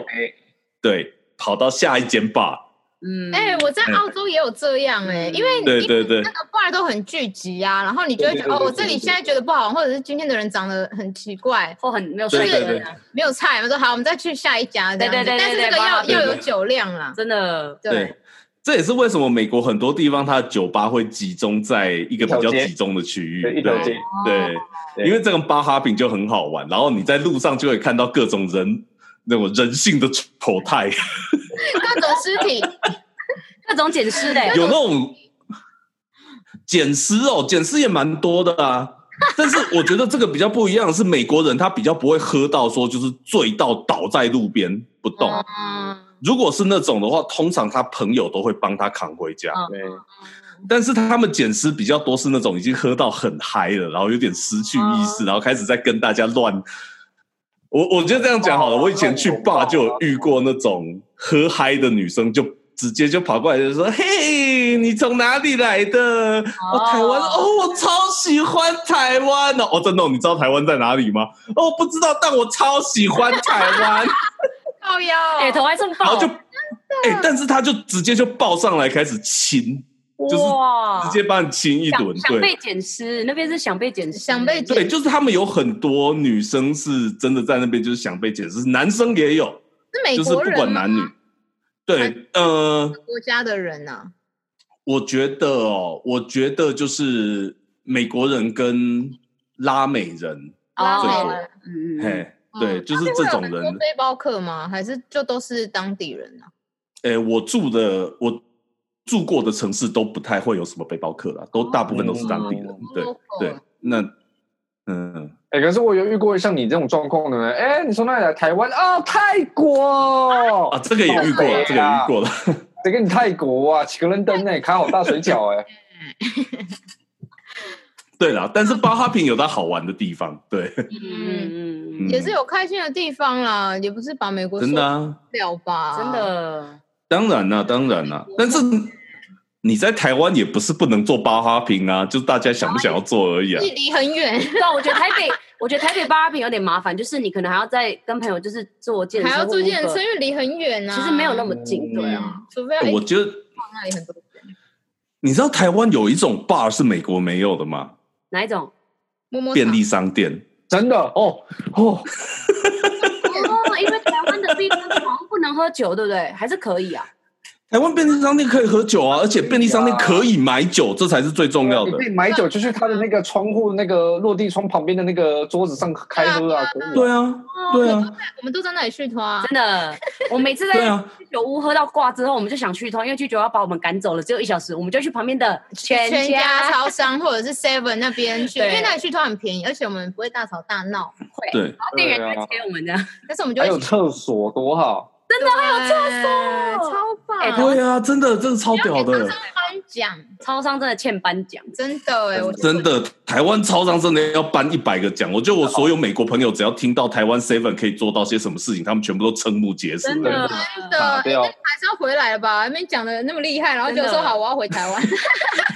对，跑到下一间 bar，
嗯，
哎，我在
嗯
澳洲也有这样哎，
嗯
因为
对对对
那个 bar 都很聚集啊，然后你就会觉得
对对对
哦，
对
我这里
对对
现在觉得不好，或者是今天的人长得很奇怪，
或很没有
对
水
对
准
对
啊，
没有菜，我说好，我们再去下一家这样子。
对对对
但是这个
对对
要
对
要
对
有酒量啦。
真的。
对，，这也是为什么美国很多地方它的酒吧会集中在一个比较集中的区域，
对一条街
对，
对
对因为这个巴哈饼就很好玩，然后你在路上就会看到各种人那种人性的丑态，
各种尸体，
各种捡尸的，
有那种捡尸哦，捡尸也蛮多的啊。但是我觉得这个比较不一样的是，美国人他比较不会喝到说就是醉到倒在路边不动。
嗯，
如果是那种的话，通常他朋友都会帮他扛回家。
嗯
对，
但是他们捡尸比较多是那种已经喝到很嗨了，然后有点失去意识，然后开始在跟大家乱。我我觉得这样讲好了，
哦
我以前去
乱
爸
搞
就有遇过那种喝嗨的女生，就直接就跑过来就说：“嘿，你从哪里来的？哦，台湾哦，我超喜欢台湾哦。哦，真的哦、你知道台湾在哪里吗？哦，我不知道，但我超喜欢台 湾。
靠腰，哦
哎，头还这么
然
爆
后就，哎、但是他就直接就抱上来开始亲，就是
哇，
直接把你亲一
想
顿，
想
对。
被捡尸，那边是想被捡尸，
想被
对，
捡，
就是他们有很多女生是真的在那边就是想被解释，男生也有，
是美
就是
哎国
不
人
管
吗
男女。对，呃，
国家的人啊呢？
我觉得哦，我觉得就是美国人跟拉美人，
哦
拉
最
美
多
人
嗯嗯嗯，
嘿，对，
嗯
就是这
会有
种
很多
人。
背包客吗？还是就都是当地人啊？
诶，我住的我住过的城市都不太会有什么背包客啦，都大部分都是当地人
哦。
对
local
对，那嗯。
哎、可是我有遇过像你这种状况的人，哎、你从哪里来？台湾啊、哦，泰国
啊，这个
哦
也遇过了，这个也
啊
遇过了。
谁跟你泰国啊？几个人登呢、卡好大水饺哎、
对啦，但是巴哈品有它好玩的地方，对，
嗯嗯嗯，
也是有开心的地方啦，也不是把美国
真的、啊，啊
受不了吧？
真，的，
当然啦、当然啦、但是你在台湾也不是不能做巴哈平啊，就是大家想不想要做而已啊
距。离很远，
对啊，我觉得台北， 我觉得台北八饼有点麻烦，就是你可能还要再跟朋友就是坐健身，
还要住健身，因，为离很远啊。
其实没有那么近，
嗯
对啊。
嗯，除非要一
哎我
直
觉得
放那里很多人。
你知道台湾有一种 bar 是美国没有的吗？
哪一 种？
摸摸
便
草
利商店。
真的哦哦，
哦，因为台湾的便利商店好像不能喝酒，对不对？还是可以啊。
台湾便利商店可以喝酒啊，而且便利商店可以买酒，这才是最重要
你
的
可。以买酒，就去他的那个窗户那个落地窗旁边的那个桌子上开喝啊，可以啊。
对啊，对啊，
我们都在那里去拖啊。
真的，我每次
对
在
啊，
居酒屋喝到挂之后，我们就想去通，因为居酒屋要把我们赶走了，只有一小时，我们就去旁边的 全
全
家
家超商或者是 Seven 那边去，因
对
为那里去通常很便宜，而且我们不会大吵大闹，
会，
对。
然后店员就会给我们这样。
但是我们就
还
会
有厕所多好，
真的还有厕
所
超棒！哎
哎
然后
对啊，真的，真的超屌的，
颁奖
超商真的欠颁奖，
真的哎，我
真的，台湾超商真的要颁一百个奖。我觉得我所有美国朋友，只要听到台湾 Seven 可以做到些什么事情，他们全部都瞠目结舌。啊
真的。
真
打
的
掉
还是要回来了吧？还没讲的那么厉害，然后就
真
说
的
好，我要回台湾。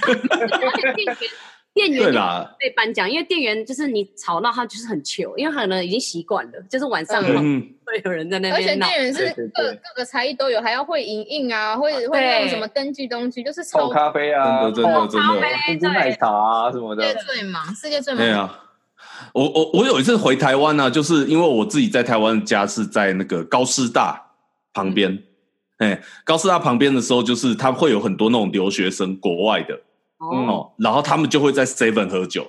店员，店员也
对啦，
被颁奖，因为店员就是你吵闹，他就是很糗，因为他可能已经习惯了，就是晚上
嗯
嗯，
会有人在那
而且
边闹。
店员是
对对
各
对
各个才艺都有，还要会影印啊，会会那种什么登记东西，就是
泡
超
咖啡啊，
真的真的真的
泡珍珠奶茶啊什么
世
的
界，最忙，世界最
对
忙。
啊。我我我有一次回台湾啊，就是因为我自己在台湾的家是在那个高师大旁边，
嗯
哎、高师大旁边的时候，就是他会有很多那种留学生，国外的
哦，
哦，然后他们就会在 Seven 喝酒，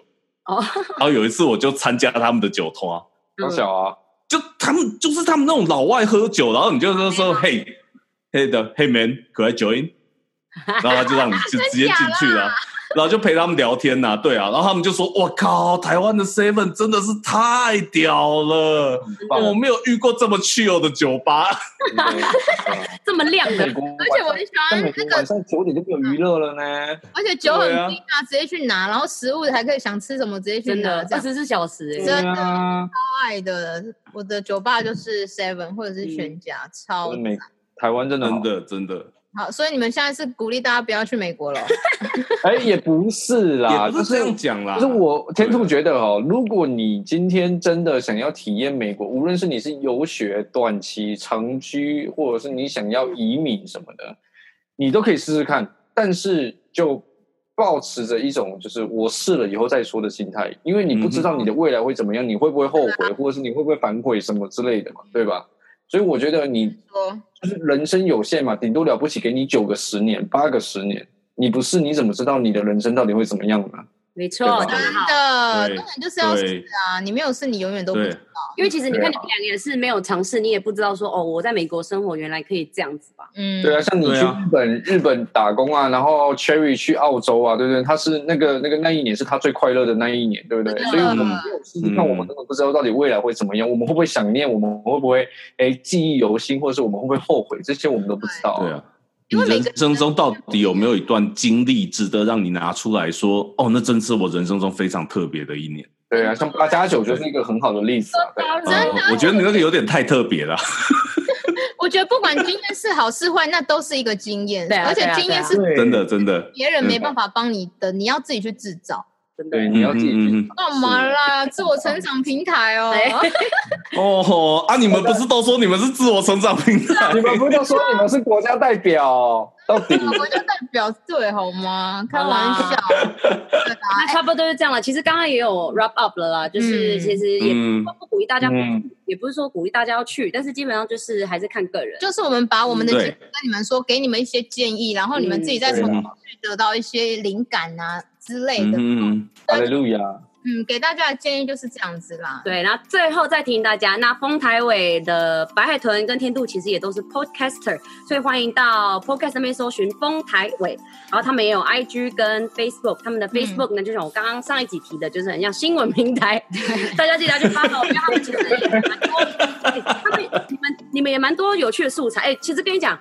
哦，
然后有一次我就参加他们的酒托啊，
好小啊，
就他们就是他们那种老外喝酒，然后你就是说
没
嘿嘿的嘿 man could I join，然后他就让你就直接进去
真假
了、
啦
然后就陪他们聊天呐、对啊，然后他们就说：“我靠，台湾的 Seven 真的是太屌了，
很棒啊
我没有遇过这么 chill 的酒吧。
对啊
这么亮的
美，国晚
而
上，
且我很喜
在
欢
美
那
国
个
晚上九点就没有娱乐了呢。
而且酒很
对啊
冰啊，直接去拿，然后食物还可以想吃什么直接去
真
拿，
的
这
二
样超
十四小时
真
哎、
的
啊，
爱的。我的酒吧就是 Seven 或者是
嗯
全家，超
美台湾 真的好
真的真的，
好。所以你们现在是鼓励大家不要去美国 了，
哎，也不是啦，
也
啊就
不是
是
这样讲啊啦。
就是我天兔觉得哦，如果你今天真的想要体验美国，无论是你是游学、短期长居，或者是你想要移民什么的，你都可以试试看。但是就保持着一种就是我试了以后再说的心态，因为你不知道
嗯
你的未来会怎么样，你会不会后悔，或者是你会不会反悔什么之类的嘛，对吧？所以我觉得你
说
就是人生有限嘛，顶多了不起给你九个十年、八个十年，你不试你怎么知道你的人生到底会怎么样呢？
没错，讲
对吧
得
真
好。
的，
对
重点就是要试
对
啊！你没有试，你永远都不知
对
道。
因为其实你
对啊
看你们两个也是没有尝试，你也不知道说哦，我在美国生活原来可以这样子吧？
嗯，
对啊，，像你去
对啊
日本、日本打工啊，然后 Cherry 去澳洲啊，对不对？他是那个那个那一年是他最快乐的那一年，对不对？
啊
真
所以我
的
们
嗯
没有试试看，我们真的不知道到底未来会怎么样，我们会不会想念，我们会不会哎记忆犹新，或者是我们会不会后悔，这些我们都不知道、
对啊，你
因为每
人
个人
生中到底有没有一段经历值得让你拿出来说？哦，那真是我人生中非常特别的一年。
对啊，像八加九就是一个很好的例子啊。对啊
哦 真的
呃我觉得你那个有点太特别了。
我觉得不管经验是好是坏，那都是一个经验，
对啊
而且
对啊
经验
对啊
是
真的，真的，
别人没办法帮你的，你要自己去制造。
真的
对，，你要自己去
嗯嗯
干嘛啦？自我成长平台哦，
对
哦吼啊！你们不是都说你们是自我成长平 台？
你们不就说你们是国家代表，到底
我就代表对好吗？开
好啦
玩笑，对
那
啊，
差不多就是这样了。其实刚刚也有 wrap up 了啦，就是
嗯
其实也
嗯
不鼓励 大家，
嗯
也不是说鼓励大家要去，但是基本上就是还是看个人。
就是我们把我们的
对
经历跟你们说，给你们一些建议，然后你们自己再从中去得到一些灵感啊之类的。
嗯，
哈利路亚，
嗯，给大家的建议就是这样子啦。
对，然后最后再提醒大家，那丰台伟的白海豚跟天度其实也都是 podcaster，所以欢迎到 podcast 上面搜寻丰台伟，然后他们也有 IG 跟 Facebook，他们的 Facebook 呢，就像我刚刚上一集提的，就是很像新闻平台，大家记得要去 follow，因为他们其实也蛮多，哎他们你们你们也蛮多有趣的素材。哎，其实跟你讲。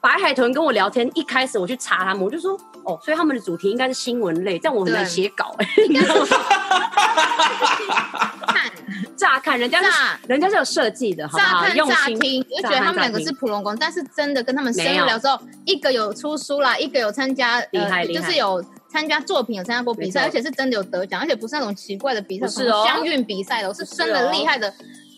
白海豚跟我聊天，一开始我去查他们，我就说哦，所以他们的主题应该是新闻类，但我很难
对
写稿、哎
应该是看
乍看人家是
乍
人家是有设计的，好不
乍
好？
看
用
乍
心，
听，你就
乍
觉得
看
他们
乍
两个
听
是普龙宫，但是真的跟他们深
没有
入聊之后，一个有出书啦，一个有参加，
厉害
呃，
厉
就
害
是有参加作品，有参加过比赛，
没
而
错
且是真的有得奖，而且不是那种奇怪的比赛，
不
什
是哦
么乡运比赛的，是
是
真的
哦
厉害的。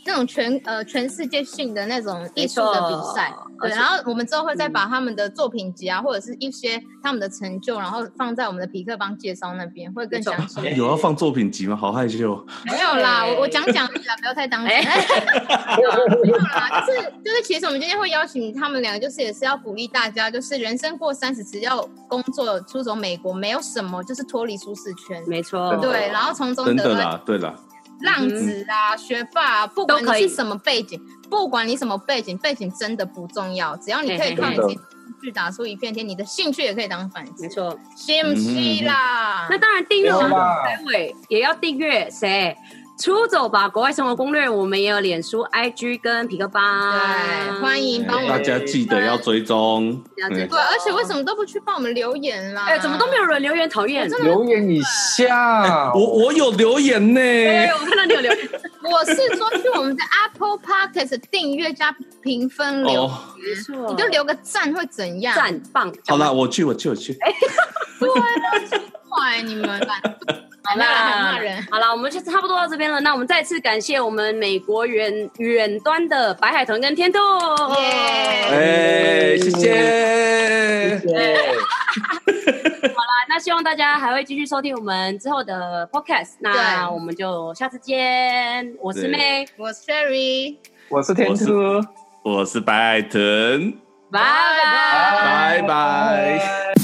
那种全呃全世界性的那种艺术的比赛，
没错而
对，
且嗯
然后我们之后会再把他们的作品集啊，或者是一些他们的成就，然后放在我们的皮克帮介绍那边，会更
没 错
详细。
哎
有要放作品集吗？好害羞。
没有啦，
对
我我讲讲而已啦，不要太当真。
哎
没有啦，就是就是，其实我们今天会邀请他们两个，就是也是要鼓励大家，就是人生过三十，只要工作出走美国，没有什么就是脱离舒适圈。
没错，
对，然后从中
真
得
的
到
啦，对啦，
浪子啊、学霸啊，不管
都可
你
以
是什么背景，不管你什么背景，背景真的不重要，只要你可以
嘿嘿
靠你
真的
自己的兴趣打出一片天，你的兴趣也可以当饭
没
吃。
错。
信不信
嗯
啦？
那当然，订阅
没有
我们
啦，
待会也要订阅谁？出走吧，国外生活攻略，我们也有脸书、IG 跟皮克
嗯
巴，
对，欢迎帮我
大
们
哎
家记得要追踪。
要追
嗯
踪
对，而且为什么都不去帮我们留言啦？
哎、怎么都没有人留言，讨厌
啊我！真的
留言以下，
我我有留言呢，
哎、我看到你有留言，
我是说去我们的 Apple Podcast 订阅加评分留，
哦，
没错，
你就留个赞会怎样？
赞棒。
好啦，我去，我去，我去。
快啊你们吧！
好
啦，
啦，
骂人。
好啦，我们就差不多到这边了。那我们再次感谢我们美国远远端的白海豚跟天兔，
耶
哎，谢谢。
对
那希望大家还会继续收听我们之后的 podcast。那
对
我们就下次见，我是
对
妹，
我是 Sherry，
我是天
我是
兔，
我是白海豚，
拜拜。
拜拜。